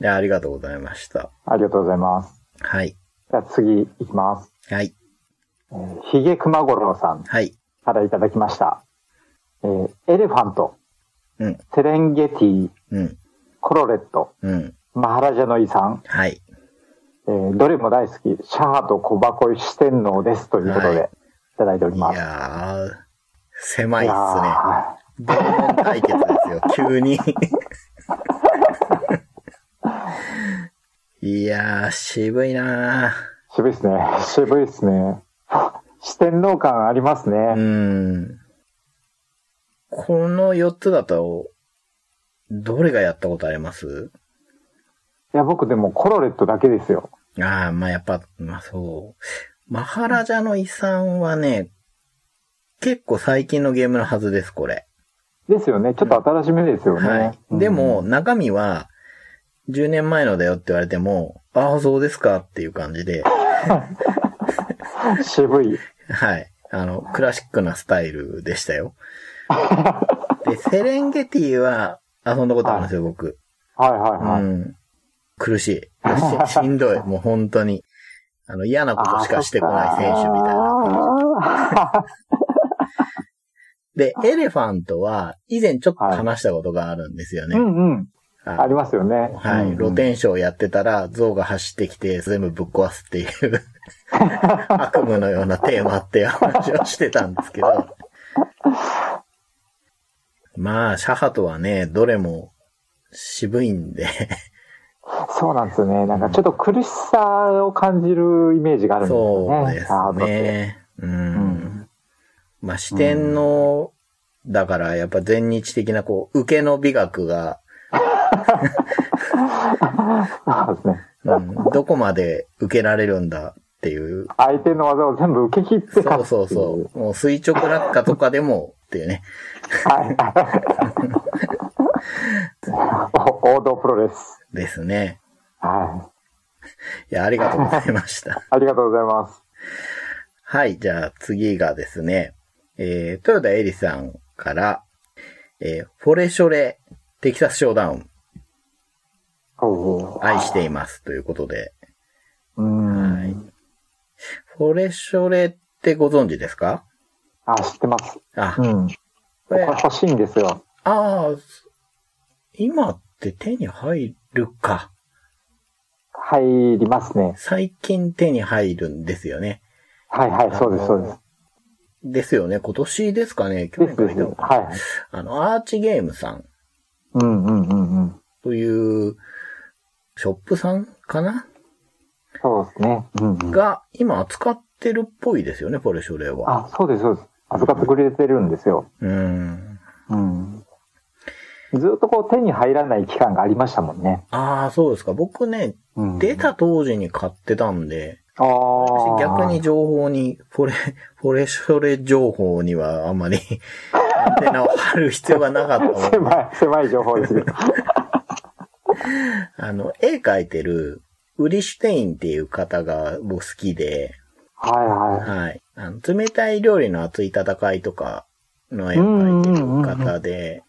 [SPEAKER 1] いや、ありがとうございました。
[SPEAKER 2] ありがとうございます。
[SPEAKER 1] はい。
[SPEAKER 2] じゃあ次いきます。
[SPEAKER 1] はい。
[SPEAKER 2] ひげくまごろうさん
[SPEAKER 1] はい。
[SPEAKER 2] からいただきました。えーエレファント、
[SPEAKER 1] うん。
[SPEAKER 2] セレンゲティ、
[SPEAKER 1] うん。
[SPEAKER 2] コロレット、
[SPEAKER 1] うん。
[SPEAKER 2] マハラジャの遺産、
[SPEAKER 1] はい。
[SPEAKER 2] えーどれも大好き、シャアと小箱四天王ですということ
[SPEAKER 1] はい
[SPEAKER 2] で、いただいており
[SPEAKER 1] い
[SPEAKER 2] ます。
[SPEAKER 1] やー、狭い
[SPEAKER 2] い
[SPEAKER 1] っ
[SPEAKER 2] や
[SPEAKER 1] すね。同
[SPEAKER 2] ー
[SPEAKER 1] 門対決です よ、急に。 いやー、渋いな
[SPEAKER 2] 渋いですね。渋いですね。四天王感ありますね。
[SPEAKER 1] ー。うん。この4つだと、どれがやったことあります
[SPEAKER 2] いや、僕でもコロレットだけですよ。
[SPEAKER 1] ああ、まあやっぱ、まあそう。マハラジャの遺産はね、結構最近のゲームのはずです、これ。
[SPEAKER 2] ですよね。ちょっと新しめですよね。
[SPEAKER 1] はい。
[SPEAKER 2] うん
[SPEAKER 1] でも、、中身は、10年前のだよって言われても、ああ、そうですかっていう感じで、
[SPEAKER 2] 渋い。
[SPEAKER 1] はい。あの、クラシックなスタイルでした よ。で、セレンゲティは遊んだことあるんですよ、僕。
[SPEAKER 2] はいはいうはい。
[SPEAKER 1] ん。苦しい。し しんど い。もう本当に。あの、嫌なことしかしてこない選手みたいな。
[SPEAKER 2] な。
[SPEAKER 1] で、エレファントは、以前ちょっと話したことがあるんですよね。
[SPEAKER 2] うんうん。
[SPEAKER 1] あの
[SPEAKER 2] ありますよね。
[SPEAKER 1] はい。
[SPEAKER 2] うんう
[SPEAKER 1] 露
[SPEAKER 2] ん
[SPEAKER 1] 天商やってたら、象が走ってきて全部ぶっ壊すっていう、 悪夢のようなテーマっていう話をしてたんですけ ど。まあ、シャハとはね、どれも渋いんで、
[SPEAKER 2] そうなんですよね。なんかちょっと苦しさを感じるイメージがあるんで
[SPEAKER 1] そ
[SPEAKER 2] すよ
[SPEAKER 1] う
[SPEAKER 2] ね。
[SPEAKER 1] です
[SPEAKER 2] サードって
[SPEAKER 1] ね。う
[SPEAKER 2] うんん。
[SPEAKER 1] まあ、視点の、だからやっぱ全日的なこう、受けの美学が、
[SPEAKER 2] そうですね。
[SPEAKER 1] うん、どこまで受けられるんだっていう
[SPEAKER 2] 相手の技を全部受け切って
[SPEAKER 1] そうそう そう。もう垂直落下とかでもっていうね。
[SPEAKER 2] う。はい。 王道プロレス。
[SPEAKER 1] ですね。
[SPEAKER 2] はい
[SPEAKER 1] や、ありがとうございま した
[SPEAKER 2] い。。ありがとうございます。
[SPEAKER 1] はい、じゃあ次がですね、えー、豊田エリさんから、えー、フォレショレ、テキサスショーダウン、
[SPEAKER 2] おー
[SPEAKER 1] 愛していますということで。
[SPEAKER 2] うん、
[SPEAKER 1] はいフォレショレってご存知ですか
[SPEAKER 2] あ、知ってます。
[SPEAKER 1] あ
[SPEAKER 2] う、ん。
[SPEAKER 1] こ
[SPEAKER 2] こ
[SPEAKER 1] れ
[SPEAKER 2] れ、欲しいんですよ。
[SPEAKER 1] あー今って手に入るか。
[SPEAKER 2] 入りますね。
[SPEAKER 1] 最近手に入るんですよね。
[SPEAKER 2] はいはい、そうです、そうです。
[SPEAKER 1] ですよね。今年ですかね。去
[SPEAKER 2] で
[SPEAKER 1] 年
[SPEAKER 2] す
[SPEAKER 1] か
[SPEAKER 2] で
[SPEAKER 1] ら
[SPEAKER 2] す。
[SPEAKER 1] 来たのかな
[SPEAKER 2] はい。
[SPEAKER 1] あの、アーチゲームさん
[SPEAKER 2] うんうんうんうん。
[SPEAKER 1] という、ショップさんかな
[SPEAKER 2] そうですね。うんうん、
[SPEAKER 1] が、今扱ってるっぽいですよね、ポレショレは。
[SPEAKER 2] あ、そうです、そうです。預かってくれてるんですよ。
[SPEAKER 1] うん。
[SPEAKER 2] うん。ずっとこう手に入らない期間がありましたもんね。
[SPEAKER 1] ああ、そうですか。僕ね、
[SPEAKER 2] うん、
[SPEAKER 1] 出た当時に買ってたんで、
[SPEAKER 2] あー
[SPEAKER 1] 私逆に。情報に、ポレ、ポレショレ情報にはあんまり、アンテナを張る必要がなかった もん。
[SPEAKER 2] 狭い、狭い情報ですけど。
[SPEAKER 1] あの、絵描いてる、ウリシュテインっていう方が僕好きで、
[SPEAKER 2] はいは
[SPEAKER 1] はい。あの冷たい料理の熱い戦いとかの絵を描いてる方で、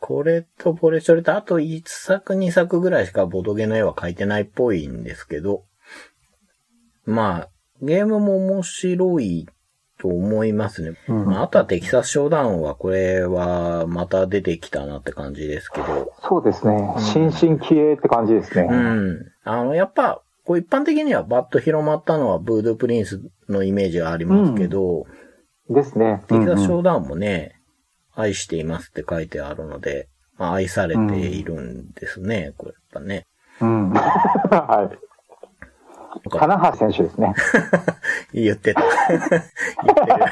[SPEAKER 1] これとポレショレとあと1作2作ぐらいしかボドゲの絵は描いてないっぽいんですけど、まあ、ゲームも面白いと思いますね。
[SPEAKER 2] い。うん
[SPEAKER 1] まあ、あとはテキサスショーダウンはこれはまた出てきたなって感じですけど、
[SPEAKER 2] そうですね。新進気鋭って感じですね。
[SPEAKER 1] うん。あの、やっぱ、こう一般的にはバッと広まったのはブードゥープリンスのイメージがありますけど、
[SPEAKER 2] ですね。
[SPEAKER 1] テキサスシ
[SPEAKER 2] うんう
[SPEAKER 1] ョ
[SPEAKER 2] ん
[SPEAKER 1] ーダウンもね、愛していますって書いてあるので、まあ、愛されているんですね、これやっぱね。
[SPEAKER 2] うん。はい。金橋選手ですね。
[SPEAKER 1] 言ってた。 言ってる。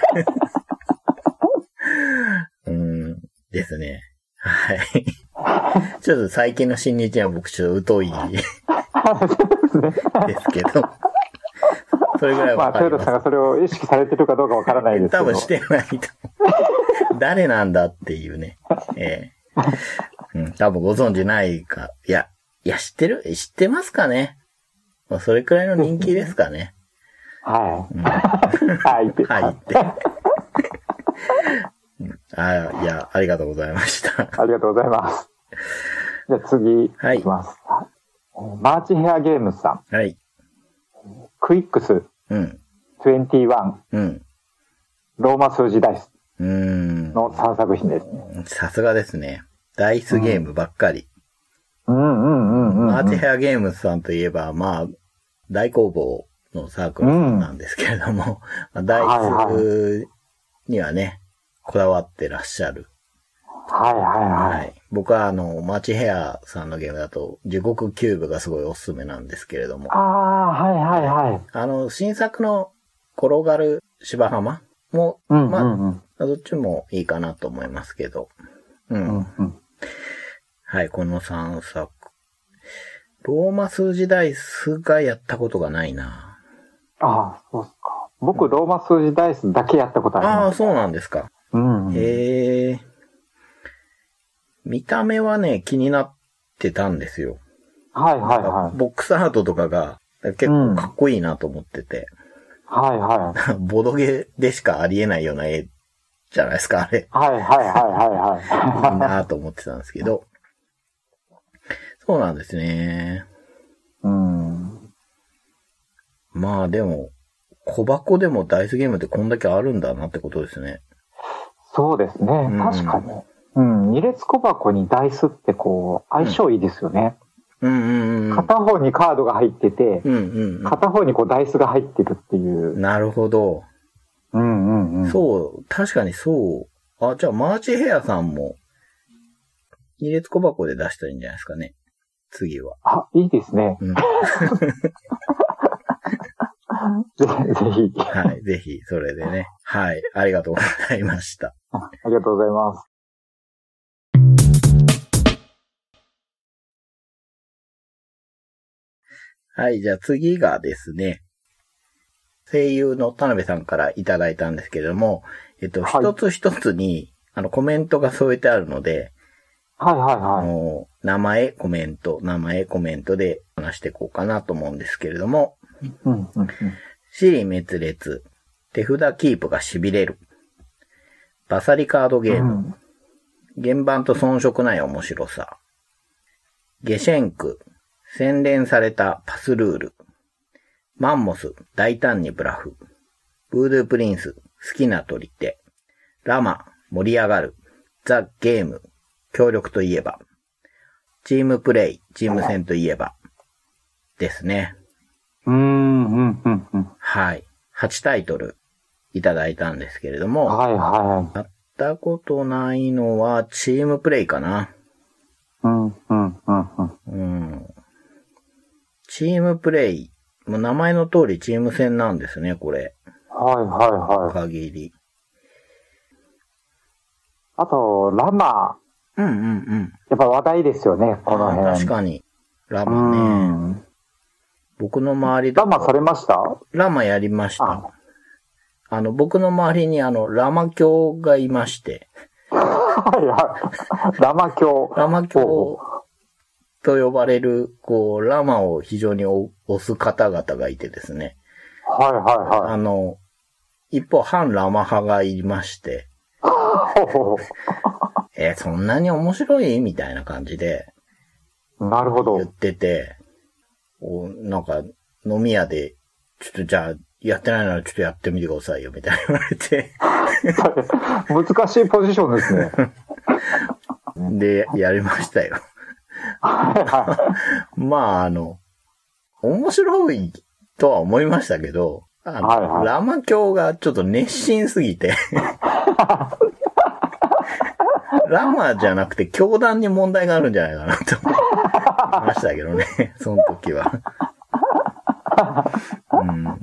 [SPEAKER 1] うん、ですね。はい。 ちょっと最近の新日には僕ちょっと疎いですけど、それぐらい
[SPEAKER 2] まあ、
[SPEAKER 1] わかります
[SPEAKER 2] 豊田さん。がそれを意識されてるかどうかわからないですけ
[SPEAKER 1] 多
[SPEAKER 2] ど。
[SPEAKER 1] 分してないと思う。誰なんだっていうね。ええうん、多分ご存知ないか。いや、いや、知ってるえ知ってますかねまあ、それくらいの人気ですかね。
[SPEAKER 2] は
[SPEAKER 1] うん、
[SPEAKER 2] い。 はいって。
[SPEAKER 1] はい、って。うんあいや、ありがとうございました。
[SPEAKER 2] ありがとうございます。じゃあ次、
[SPEAKER 1] はい
[SPEAKER 2] いきます。マーチヘアゲームズさん、
[SPEAKER 1] はい。
[SPEAKER 2] クイックス
[SPEAKER 1] うん、
[SPEAKER 2] 21、
[SPEAKER 1] うん、
[SPEAKER 2] ローマ数字ダイス
[SPEAKER 1] うー
[SPEAKER 2] の3作品ですね。
[SPEAKER 1] ん。さすがですね。ダイスゲームばっかり。
[SPEAKER 2] うんうんうんうんうん。
[SPEAKER 1] マーチヘアゲームズさんといえば、まあ、大工房のサークルさんなんですけれども、まあ
[SPEAKER 2] はい
[SPEAKER 1] ダイスにはね、こだわってらっしゃる。
[SPEAKER 2] はいはい
[SPEAKER 1] は
[SPEAKER 2] はい。
[SPEAKER 1] い。僕はあの、マーチヘアさんのゲームだと、地獄キューブがすごいおすすめなんですけれども
[SPEAKER 2] あ、あ、はいはいはい。
[SPEAKER 1] あの、新作の転がる芝浜も、
[SPEAKER 2] うんう
[SPEAKER 1] ま
[SPEAKER 2] んうん。
[SPEAKER 1] あ、どっちもいいかなと思いますけど、
[SPEAKER 2] う
[SPEAKER 1] うん
[SPEAKER 2] んうん
[SPEAKER 1] はい、この3作。ローマ数字ダイスがやったことがないな
[SPEAKER 2] ああ、そうっすか。僕、ローマ数字ダイスだけやったことあり
[SPEAKER 1] あ
[SPEAKER 2] ま
[SPEAKER 1] あ、
[SPEAKER 2] す。
[SPEAKER 1] そうなんですか。
[SPEAKER 2] うんうん。
[SPEAKER 1] へえ。見た目はね、気になってたんですよ。
[SPEAKER 2] はいはいは
[SPEAKER 1] ボックスアートとかが結構かっこいいなと思ってて。
[SPEAKER 2] い。はいはい。
[SPEAKER 1] ボドゲでしかありえないような絵じゃないですか、あれ。
[SPEAKER 2] はいはいはい
[SPEAKER 1] いい
[SPEAKER 2] はいはい。
[SPEAKER 1] なぁと思ってたんですけど。そうなんですね。
[SPEAKER 2] うん。
[SPEAKER 1] まあでも、小箱でもダイスゲームってこんだけあるんだなってことですね。
[SPEAKER 2] そうですね
[SPEAKER 1] うん。
[SPEAKER 2] 確かに。うん。二列小箱にダイスってこう、相性いいですよね。
[SPEAKER 1] うんうんうん。
[SPEAKER 2] 片方にカードが入ってて、
[SPEAKER 1] うんうん
[SPEAKER 2] 片方にこうダイスが入ってるってい
[SPEAKER 1] うん。
[SPEAKER 2] う。
[SPEAKER 1] なるほど。
[SPEAKER 2] うんうんうん。
[SPEAKER 1] そう、確かにそう。あ、じゃあマーチヘアさんも、二列小箱で出したらいいんじゃないですかね。次は。
[SPEAKER 2] あ、いいですね。
[SPEAKER 1] うん。
[SPEAKER 2] ぜひ、ぜひ。
[SPEAKER 1] はい。ぜひ、それでね。はい。ありがとうございました。
[SPEAKER 2] ありがとうございます。
[SPEAKER 1] はい、じゃあ次がですね、声優の田辺さんからいただいたんですけども、えっと、
[SPEAKER 2] はい
[SPEAKER 1] 一つ一つに、あの、コメントが添えてあるので、
[SPEAKER 2] はいはい
[SPEAKER 1] あ
[SPEAKER 2] はい。
[SPEAKER 1] の、名前、コメント、名前、コメントで話していこうかなと思うんですけれども、
[SPEAKER 2] うんうんうん。
[SPEAKER 1] 死に滅裂、手札キープが痺れる、バサリカードゲーム、原版と遜色ない面白さ。ゲシェンク、洗練されたパスルール。マンモス、大胆にブラフ。ブードゥープリンス、好きな取り手。ラマ、盛り上がる。ザ・ゲーム、協力といえば。チームプレイ、チーム戦といえば。ですね。
[SPEAKER 2] うんうんうんうん。
[SPEAKER 1] はい。8タイトルいただいたんですけれども、やっ
[SPEAKER 2] はいはい。
[SPEAKER 1] たことないのはチームプレイかな。
[SPEAKER 2] うんうんうんうん。
[SPEAKER 1] うん。チームプレイ。もう名前の通りチーム戦なんですね、これ。
[SPEAKER 2] はいはいはい。
[SPEAKER 1] 限り。
[SPEAKER 2] あと、ラマ、
[SPEAKER 1] うんうんうん。
[SPEAKER 2] やっぱ話題ですよね、この辺。
[SPEAKER 1] 確かに。ラ
[SPEAKER 2] う
[SPEAKER 1] マね。
[SPEAKER 2] ん。
[SPEAKER 1] 僕の周りだ
[SPEAKER 2] ラマされました
[SPEAKER 1] ラマやりました。あ
[SPEAKER 2] あ
[SPEAKER 1] の、僕の周りにあの、ラマ教がいまして、
[SPEAKER 2] はいはい。ラマ教。
[SPEAKER 1] ラマ教
[SPEAKER 2] ほ
[SPEAKER 1] と呼ばれる、こう、ラマを非常にお推す方々がいてですね。
[SPEAKER 2] はいはいは
[SPEAKER 1] あの、一方、反ラマ派がいまして、
[SPEAKER 2] い。ほうほ
[SPEAKER 1] えーそんなに面白いみたいな感じで、
[SPEAKER 2] う なるほど
[SPEAKER 1] 言。ってて、おなんか、飲み屋で、ちょっとじゃあ、やってないならちょっとやってみてくださいよ、みたいに言われて、
[SPEAKER 2] 難しいポジションです ね。
[SPEAKER 1] で、やりましたよ。
[SPEAKER 2] はいは
[SPEAKER 1] まあ、あの、面白いとは思いましたけど、あの、
[SPEAKER 2] はいはい
[SPEAKER 1] ラマ教がちょっと熱心すぎて、 ラマじゃなくて教団に問題があるんじゃないかなと思いましたけどね、 その時は。うん。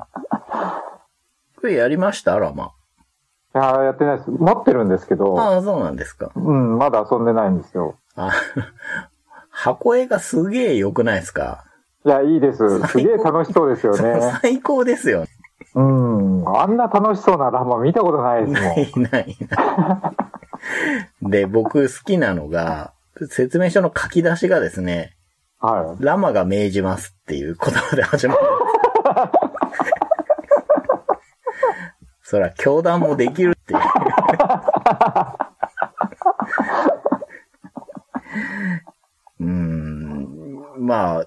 [SPEAKER 1] これやりましたラマ。
[SPEAKER 2] い。いや、やってないです。持ってるんですけど、
[SPEAKER 1] ああ、そうなんですか。
[SPEAKER 2] うん、まだ遊んでないんですよ。
[SPEAKER 1] あ箱絵がすげえ良くないですか
[SPEAKER 2] いや、いいです。すげえ楽しそうですよね。
[SPEAKER 1] 最高ですよね
[SPEAKER 2] うん。あんな楽しそうなラマ見たことないですも。
[SPEAKER 1] なんいないない。で、僕好きなのが、説明書の書き出しがですね、
[SPEAKER 2] はい。
[SPEAKER 1] ラマが命じますっていう言葉で始まる。そら、教団もできるっていう。うーん、まあ、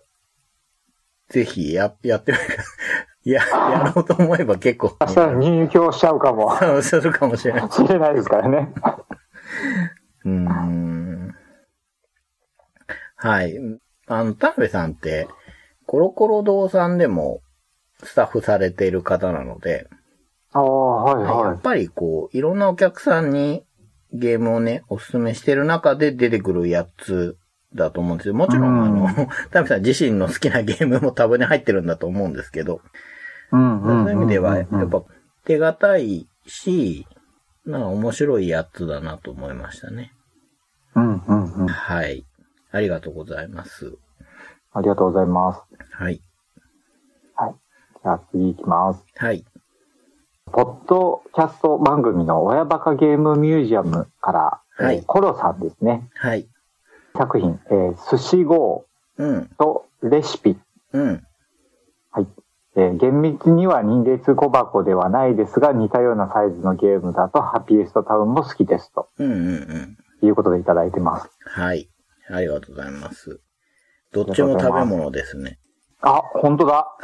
[SPEAKER 1] ぜひや、やってみるか。いや、やろうと思えば結構、
[SPEAKER 2] 明日入居しちゃうかも
[SPEAKER 1] するかもしれない。
[SPEAKER 2] しれないですからね。
[SPEAKER 1] うーんはい。あの、田辺さんって、コロコロ堂さんでもスタッフされている方なので、
[SPEAKER 2] ああ、はい
[SPEAKER 1] や
[SPEAKER 2] は
[SPEAKER 1] っぱりこう、いろんなお客さんにゲームをね、おすすめしてる中で出てくるやつだと思うんですよ。もちろん、あ
[SPEAKER 2] うん
[SPEAKER 1] の、 田辺さん自身の好きなゲームも多分に入ってるんだと思うんですけど、
[SPEAKER 2] い。うん
[SPEAKER 1] そういう意味では、や
[SPEAKER 2] うんう
[SPEAKER 1] っ
[SPEAKER 2] ん
[SPEAKER 1] ぱ手堅いし、なんか面白いやつだなと思いましたね。
[SPEAKER 2] うんうんうん。
[SPEAKER 1] はい。ありがとうございます。
[SPEAKER 2] ありがとうございます。
[SPEAKER 1] はい。
[SPEAKER 2] じゃあ次行きます。
[SPEAKER 1] はい。
[SPEAKER 2] ポッドキャスト番組の親バカゲームミュージアムから、
[SPEAKER 1] はい
[SPEAKER 2] えーコロさんですね。
[SPEAKER 1] はい。
[SPEAKER 2] 作品、えー、寿司号
[SPEAKER 1] うん。
[SPEAKER 2] とレシピ、
[SPEAKER 1] うん。
[SPEAKER 2] えーゲー厳密には人類通小箱ではないですが、似たようなサイズのゲームだと、ハッピーエストタウンも好きです。と
[SPEAKER 1] うんうんうん。
[SPEAKER 2] いうことでいただいてます。
[SPEAKER 1] はい。ありがとうございます。どっちも食べ物ですね。
[SPEAKER 2] あ、本当だ。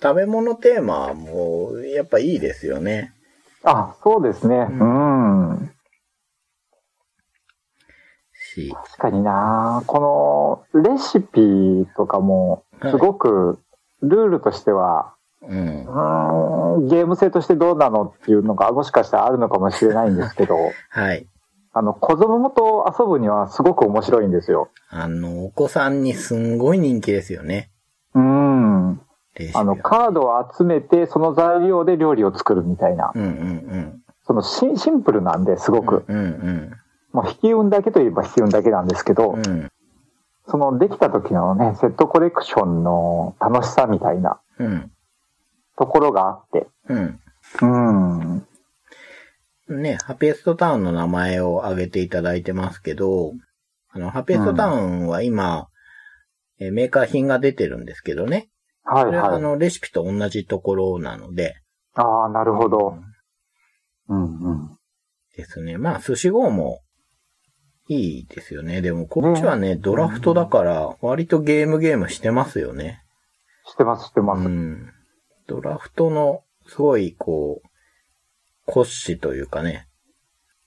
[SPEAKER 1] 食べ物テーマはもう、やっぱいいですよね。
[SPEAKER 2] あ、そうですね。うん。
[SPEAKER 1] し、
[SPEAKER 2] 確かになこのレシピとかも、すごくルールとしては、
[SPEAKER 1] うん
[SPEAKER 2] う。ーん、ゲーム性としてどうなのっていうのがもしかしたらあるのかもしれないんですけど、
[SPEAKER 1] はい。
[SPEAKER 2] あの、子供と遊ぶにはすごく面白いんですよ。
[SPEAKER 1] あの、お子さんにすんごい人気ですよね。
[SPEAKER 2] うん。
[SPEAKER 1] レシピは
[SPEAKER 2] あの、カードを集めて、その材料で料理を作るみたいな。
[SPEAKER 1] うんうん
[SPEAKER 2] そのシンシンプルなんで、すご
[SPEAKER 1] うん。
[SPEAKER 2] く。
[SPEAKER 1] うんうん
[SPEAKER 2] もう引き運だけといえば引き運だけなんですけど、
[SPEAKER 1] うん。うん
[SPEAKER 2] そのできた時のね、セットコレクションの楽しさみたいな
[SPEAKER 1] うん。
[SPEAKER 2] ところがあって、
[SPEAKER 1] うん。
[SPEAKER 2] うん。
[SPEAKER 1] ね、ハピエストタウンの名前を挙げていただいてますけど、あの、ハピエストタウンは今、えメーカー品が出てるんですけどね。
[SPEAKER 2] はい
[SPEAKER 1] これはあ
[SPEAKER 2] はい。
[SPEAKER 1] の、レシピと同じところなので、
[SPEAKER 2] ああ、なるほど。うんうん。
[SPEAKER 1] ですね。まあ、寿司号もいいですよね。でも、こっちはね、ドラフトだから、割とゲームゲームしてますよね。
[SPEAKER 2] してます、してま
[SPEAKER 1] う
[SPEAKER 2] す。
[SPEAKER 1] ん。ドラフトの、すごい、こう、骨子というかね。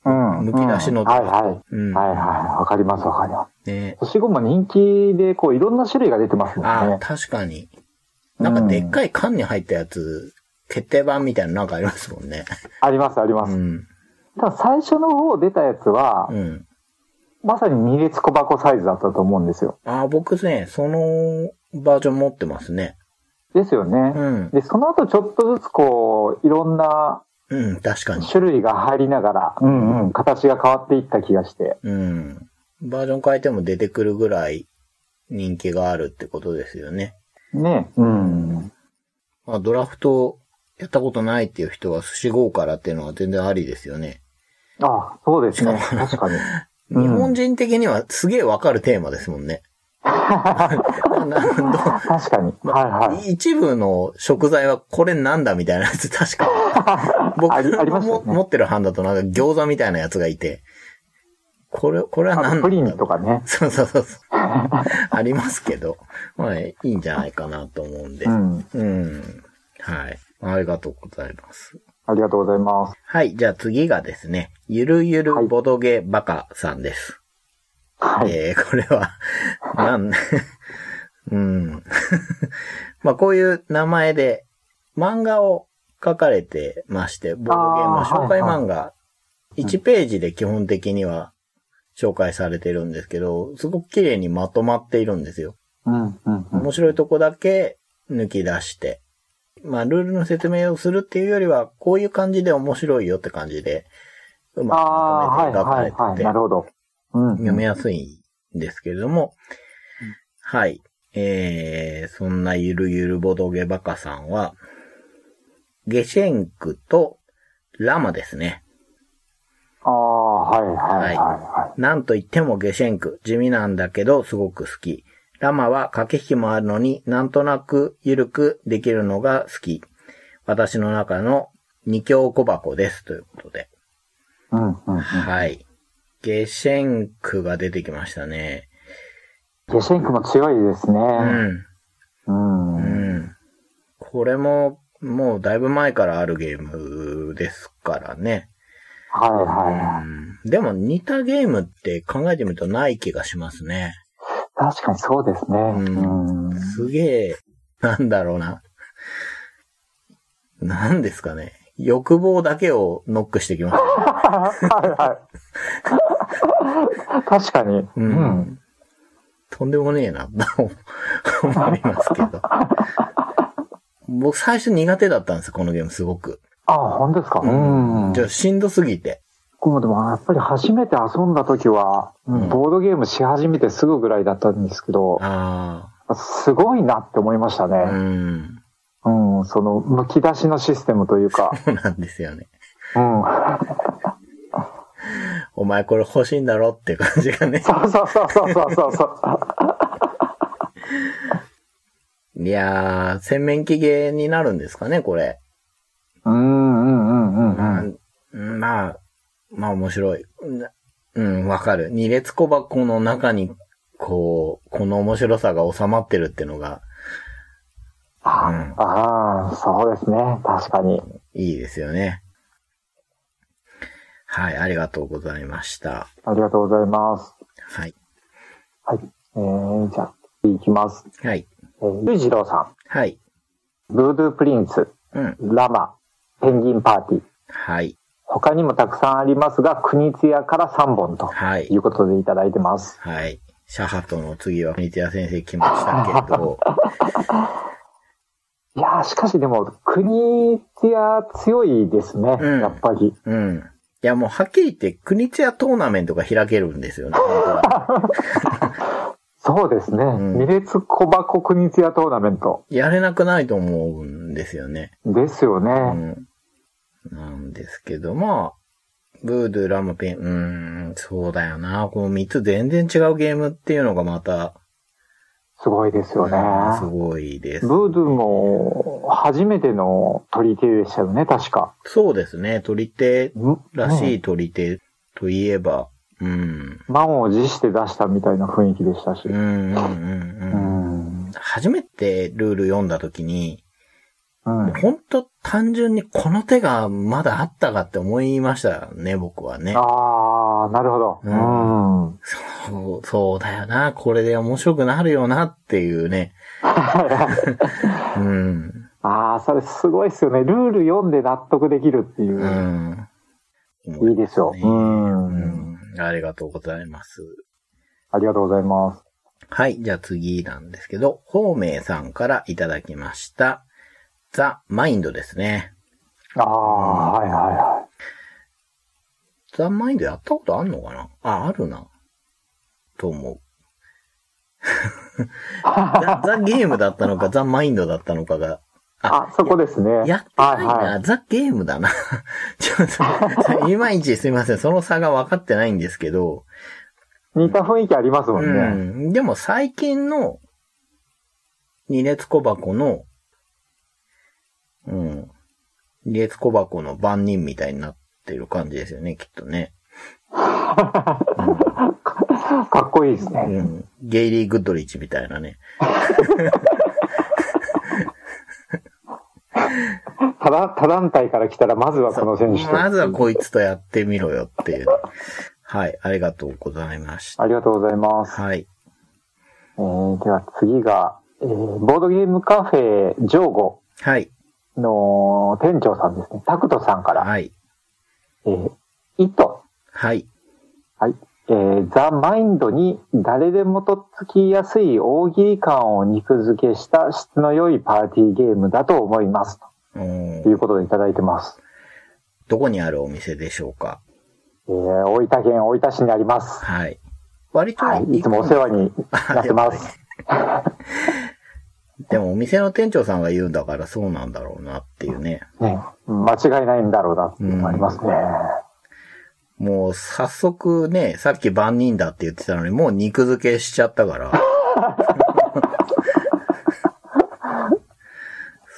[SPEAKER 2] うん。
[SPEAKER 1] むき出しの
[SPEAKER 2] うんはいはい。
[SPEAKER 1] うん。
[SPEAKER 2] はいはい。わかります、わかります。
[SPEAKER 1] ね。
[SPEAKER 2] 星5も人気で、こう、いろんな種類が出てますもん
[SPEAKER 1] あ
[SPEAKER 2] ね
[SPEAKER 1] あ、。確かに。なんか、でっかい缶に入ったやつ、決定版みたいなのなんかありますもんね。
[SPEAKER 2] あります、ありま
[SPEAKER 1] う
[SPEAKER 2] す。
[SPEAKER 1] ん。
[SPEAKER 2] ただ、最初の方出たやつは、
[SPEAKER 1] うん。
[SPEAKER 2] まさに2列小箱サイズだったと思うんですよ。
[SPEAKER 1] ああ、僕ね、そのバージョン持ってますね。
[SPEAKER 2] ですよね。
[SPEAKER 1] うん。
[SPEAKER 2] で、その後ちょっとずつこう、いろんな
[SPEAKER 1] うん、確かに。
[SPEAKER 2] 種類が入りながら、うんうん、形が変わっていった気がして。
[SPEAKER 1] うん。バージョン変えても出てくるぐらい人気があるってことですよね。
[SPEAKER 2] ね。うん。
[SPEAKER 1] まあ、ドラフトやったことないっていう人は寿司号からっていうのは全然ありですよね。
[SPEAKER 2] あ、そうですね。確かに。
[SPEAKER 1] 日
[SPEAKER 2] うん
[SPEAKER 1] 本人的にはすげえわかるテーマですもん ね。なんだ
[SPEAKER 2] 確かに。はいはい。
[SPEAKER 1] 一部の食材はこれなんだみたいなやつ確か。 僕
[SPEAKER 2] ありありました
[SPEAKER 1] も
[SPEAKER 2] ね
[SPEAKER 1] 持ってる版だとなんか餃子みたいなやつがいて、これ、これは
[SPEAKER 2] あ
[SPEAKER 1] 何
[SPEAKER 2] と
[SPEAKER 1] な
[SPEAKER 2] プ
[SPEAKER 1] んだ
[SPEAKER 2] リンとかね。
[SPEAKER 1] そうそうそう そう。ありますけど。まあ、いいんじゃないかなと思うんで。
[SPEAKER 2] うん。
[SPEAKER 1] うん。はい。ありがとうございます。
[SPEAKER 2] ありがとうございます。
[SPEAKER 1] はい。じゃあ次がですね、ゆるゆるボドゲバカさんです。
[SPEAKER 2] はい。
[SPEAKER 1] えー、こ れは、なん、 うん。 まあ、こういう名前で漫画を書かれてまして、ボードゲームの
[SPEAKER 2] あー
[SPEAKER 1] 紹介
[SPEAKER 2] はいはい
[SPEAKER 1] 漫画、1ページで基本的には紹介されてるんですけど、すごく綺麗にまとまっているんですよ。
[SPEAKER 2] うんうんうん。
[SPEAKER 1] 面白いとこだけ抜き出して、まあ、ルールの説明をするっていうよりは、こういう感じで面白いよって感じで、う
[SPEAKER 2] あ
[SPEAKER 1] まくまとめ
[SPEAKER 2] あ、はい
[SPEAKER 1] て書か
[SPEAKER 2] は
[SPEAKER 1] れ
[SPEAKER 2] いはい。
[SPEAKER 1] てて
[SPEAKER 2] な、るほど。うん。
[SPEAKER 1] 読みやすいんですけれども、はい。えー、そんなゆるゆるボドゲバカさんは、ゲシェンクとラマですね。
[SPEAKER 2] ああ、はいはいはいは
[SPEAKER 1] なんといってもゲシェンク、地味なんだけどすごく好き。ラマは駆け引きもあるのになんとなく緩くできるのが好き。私の中の二強小箱です。ということで。
[SPEAKER 2] い。うんうんうん。
[SPEAKER 1] はい。ゲシェンクが出てきましたね。
[SPEAKER 2] ゲシェンクも強いです
[SPEAKER 1] う
[SPEAKER 2] ね。
[SPEAKER 1] ん。
[SPEAKER 2] うん。
[SPEAKER 1] うん。これも、もうだいぶ前からあるゲームですからね。
[SPEAKER 2] はいうはい。
[SPEAKER 1] ん。でも似たゲームって考えてみるとない気がしますね。
[SPEAKER 2] 確かにそうですね。
[SPEAKER 1] ん
[SPEAKER 2] うん
[SPEAKER 1] すげえ、なんだろうな。なんですかね。欲望だけをノックしてきます。
[SPEAKER 2] はいはい。確かに。
[SPEAKER 1] う
[SPEAKER 2] うんん。
[SPEAKER 1] とんでもねえな、と思いますけど。僕最初苦手だったんですよ、このゲームすごく。
[SPEAKER 2] あ、本当ですか。うん。
[SPEAKER 1] じゃあしんどすぎて。
[SPEAKER 2] 僕もでもやっぱり初めて遊んだ時は、
[SPEAKER 1] うん
[SPEAKER 2] ボードゲームし始めてすぐぐらいだったんですけど、
[SPEAKER 1] あ
[SPEAKER 2] すごいなって思いました
[SPEAKER 1] あ、う
[SPEAKER 2] ね。
[SPEAKER 1] ん。
[SPEAKER 2] うん、その、むき出しのシステムとい うか、
[SPEAKER 1] そうなんですよね。
[SPEAKER 2] うん。
[SPEAKER 1] お前これ欲しいんだろって感 じがね。
[SPEAKER 2] そうそうそうそうそうそう。
[SPEAKER 1] いやー、洗面器芸になるんですかね、これ。
[SPEAKER 2] うんうんうんうんうん。
[SPEAKER 1] うんまあ、まあ面白い。うん、わかる。二列小箱の中に、こう、この面白さが収まってるってのが、う
[SPEAKER 2] あ
[SPEAKER 1] ん
[SPEAKER 2] あー、そうですね。確かに。
[SPEAKER 1] いいですよね。はい、ありがとうございました。
[SPEAKER 2] ありがとうございます。
[SPEAKER 1] はい。
[SPEAKER 2] はい。えー、じゃあ、次いきます。
[SPEAKER 1] はい。
[SPEAKER 2] えー、ゆうじろうさ
[SPEAKER 1] はい。
[SPEAKER 2] ん、ブードゥープリンス、
[SPEAKER 1] うん。
[SPEAKER 2] ラマ、ペンギンパーティー。
[SPEAKER 1] はい。
[SPEAKER 2] 他にもたくさんありますが、国津屋から3本と
[SPEAKER 1] はい
[SPEAKER 2] いうことでいただいてます。
[SPEAKER 1] はい。シャハトの次は、三ツ谷先生来ましたけど、
[SPEAKER 2] いやー、しかしでも、国津屋強いですね、
[SPEAKER 1] うん
[SPEAKER 2] やっぱり。
[SPEAKER 1] うん。いや、もうはっきり言って、国津屋トーナメントが開けるんですよ ね、本当は。
[SPEAKER 2] そうですね。
[SPEAKER 1] ん
[SPEAKER 2] 二列小箱国津屋トーナメント
[SPEAKER 1] やれなくないと思うんですよね。
[SPEAKER 2] ですよね。
[SPEAKER 1] うん。なんですけど、まあ、ブードゥ、ラムペン、うーん、そうだよな。この三つ全然違うゲームっていうのがまた、
[SPEAKER 2] すごいですよね。
[SPEAKER 1] うんすごいです。
[SPEAKER 2] ブードゥも初めての取り手でしたよね、確か。
[SPEAKER 1] そうですね。取り手
[SPEAKER 2] ん
[SPEAKER 1] らし
[SPEAKER 2] うん
[SPEAKER 1] い取り手といえば、うん。
[SPEAKER 2] 満を持して出したみたいな雰囲気でしたし。
[SPEAKER 1] うん、う、
[SPEAKER 2] う
[SPEAKER 1] うん、
[SPEAKER 2] ん
[SPEAKER 1] うん。
[SPEAKER 2] ん。
[SPEAKER 1] 初めてルール読んだ時に、
[SPEAKER 2] うん。
[SPEAKER 1] ほんと単純にこの手がまだあったかって思いましたね、僕はね。
[SPEAKER 2] ああ、なるほど。
[SPEAKER 1] う
[SPEAKER 2] うんん。
[SPEAKER 1] そうそうだよな、これで面白くなるよなっていう ね。うん。
[SPEAKER 2] ああ、それすごいですよね。ルール読んで納得できるっていうう。
[SPEAKER 1] ん。
[SPEAKER 2] いいですよ。
[SPEAKER 1] ねう
[SPEAKER 2] うん。
[SPEAKER 1] ん。ありがとうございます。
[SPEAKER 2] ありがとうございます。
[SPEAKER 1] はい、じゃあ次なんですけど、方明さんからいただきました。ザ・マインドですね。
[SPEAKER 2] ああ、はいはいはい。
[SPEAKER 1] ザ・マインドやったことあんのかなあ、あるな。と思う。 ザ・ザゲームだったのか、ザ・マインドだったのかが。あ
[SPEAKER 2] あ、そこですね。
[SPEAKER 1] やってないな、
[SPEAKER 2] はいはい
[SPEAKER 1] ザ・ゲームだな。 ちょっ と、いまいちすいません、その差が分かってないんですけど、
[SPEAKER 2] 似た雰囲気ありますも
[SPEAKER 1] うん
[SPEAKER 2] ね。
[SPEAKER 1] ん。でも最近の、二列小箱の、うん。二列小箱の番人みたいになってる感じですよね、きっとね。
[SPEAKER 2] かっこいいです
[SPEAKER 1] う
[SPEAKER 2] ね。
[SPEAKER 1] ん。ゲイリー・グッドリッチみたいなね。
[SPEAKER 2] ただ、他団体から来たら、まずはこの選手と。
[SPEAKER 1] まずはこいつとやってみろよっていう。はい、ありがとうございました。
[SPEAKER 2] ありがとうございます。
[SPEAKER 1] はい。
[SPEAKER 2] えー、では次が、えーボードゲームカフェジョーゴ
[SPEAKER 1] はい。
[SPEAKER 2] の店長さんですね。タクトさんから、
[SPEAKER 1] はい。
[SPEAKER 2] えー、糸。
[SPEAKER 1] はい。
[SPEAKER 2] はい。えーザ・マインドに誰でもとっつきやすい大喜利感を肉付けした質の良いパーティーゲームだと思います。
[SPEAKER 1] お
[SPEAKER 2] とい
[SPEAKER 1] ー
[SPEAKER 2] うことでいただいてます。
[SPEAKER 1] どこにあるお店でしょうか
[SPEAKER 2] えー大分県大分市にあります。
[SPEAKER 1] はい。割と、
[SPEAKER 2] はい。いつもお世話に なってま
[SPEAKER 1] やっ
[SPEAKER 2] す。
[SPEAKER 1] でもお店の店長さんが言うんだからそうなんだろうなっていうね。
[SPEAKER 2] ね。間違いないんだろうなっていうのがありますね。
[SPEAKER 1] もう早速ね、さっき万人だって言ってたのに、もう肉付けしちゃった から。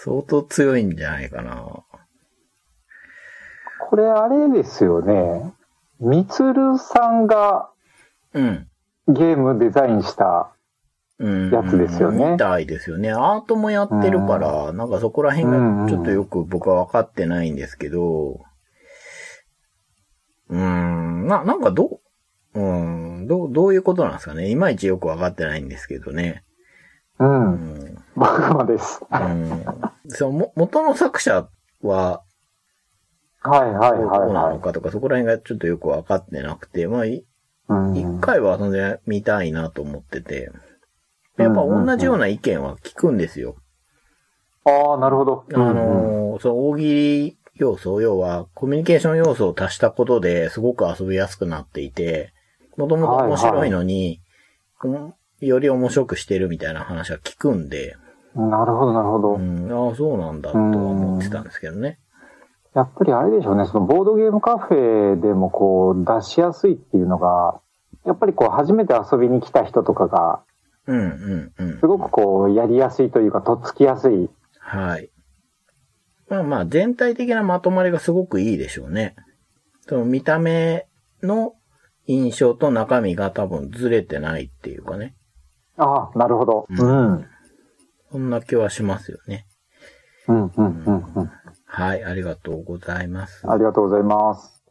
[SPEAKER 1] 相当強いんじゃないかな。
[SPEAKER 2] これあれですよね。みつるさんが
[SPEAKER 1] うん。
[SPEAKER 2] ゲームデザインした。
[SPEAKER 1] うん、
[SPEAKER 2] やつですよね
[SPEAKER 1] みたいですよね。アートもやってるから、なんかそこら辺がちょっとよく僕は分かってないんですけど、うーん、な、なんかどう、うーん、どう、どういうことなんですかね。いまいちよく分かってないんですけどね。
[SPEAKER 2] う。
[SPEAKER 1] うんん。
[SPEAKER 2] 僕もです。
[SPEAKER 1] う
[SPEAKER 2] はい
[SPEAKER 1] ん。そう、も、元の作者は、
[SPEAKER 2] はいはい
[SPEAKER 1] どうな
[SPEAKER 2] は
[SPEAKER 1] の
[SPEAKER 2] い。
[SPEAKER 1] かとか、そこら辺がちょっとよく分かってなくて、まあ、い
[SPEAKER 2] うん
[SPEAKER 1] 一回は遊んでみたいなと思ってて、やっぱ同じような意見は聞くんですよ。
[SPEAKER 2] ああ、なるほど。
[SPEAKER 1] あのーその大喜利要素、要はコミュニケーション要素を足したことですごく遊びやすくなっていて、もともと面白いのに、うんより面白くしてるみたいな話は聞くんで、
[SPEAKER 2] うんなるほど、なるほ
[SPEAKER 1] う
[SPEAKER 2] ど。
[SPEAKER 1] ん、ああ、そうなんだとは思ってたんですけどね。
[SPEAKER 2] やっぱりあれでしょうね、そのボードゲームカフェでもこう出しやすいっていうのが、やっぱりこう初めて遊びに来た人とかが、
[SPEAKER 1] うん、うん、うん
[SPEAKER 2] す。ごくこう、やりやすいというか、とっつきやすい。
[SPEAKER 1] はい。まあまあ、全体的なまとまりがすごくいいでしょうね。その見た目の印象と中身が多分ずれてないっていうかね。
[SPEAKER 2] ああ、なるほど。
[SPEAKER 1] う
[SPEAKER 2] うんん。うん、
[SPEAKER 1] そんな気はしますよね。
[SPEAKER 2] うん、うん、うん。
[SPEAKER 1] はい、ありがとうございます。
[SPEAKER 2] ありがとうございます。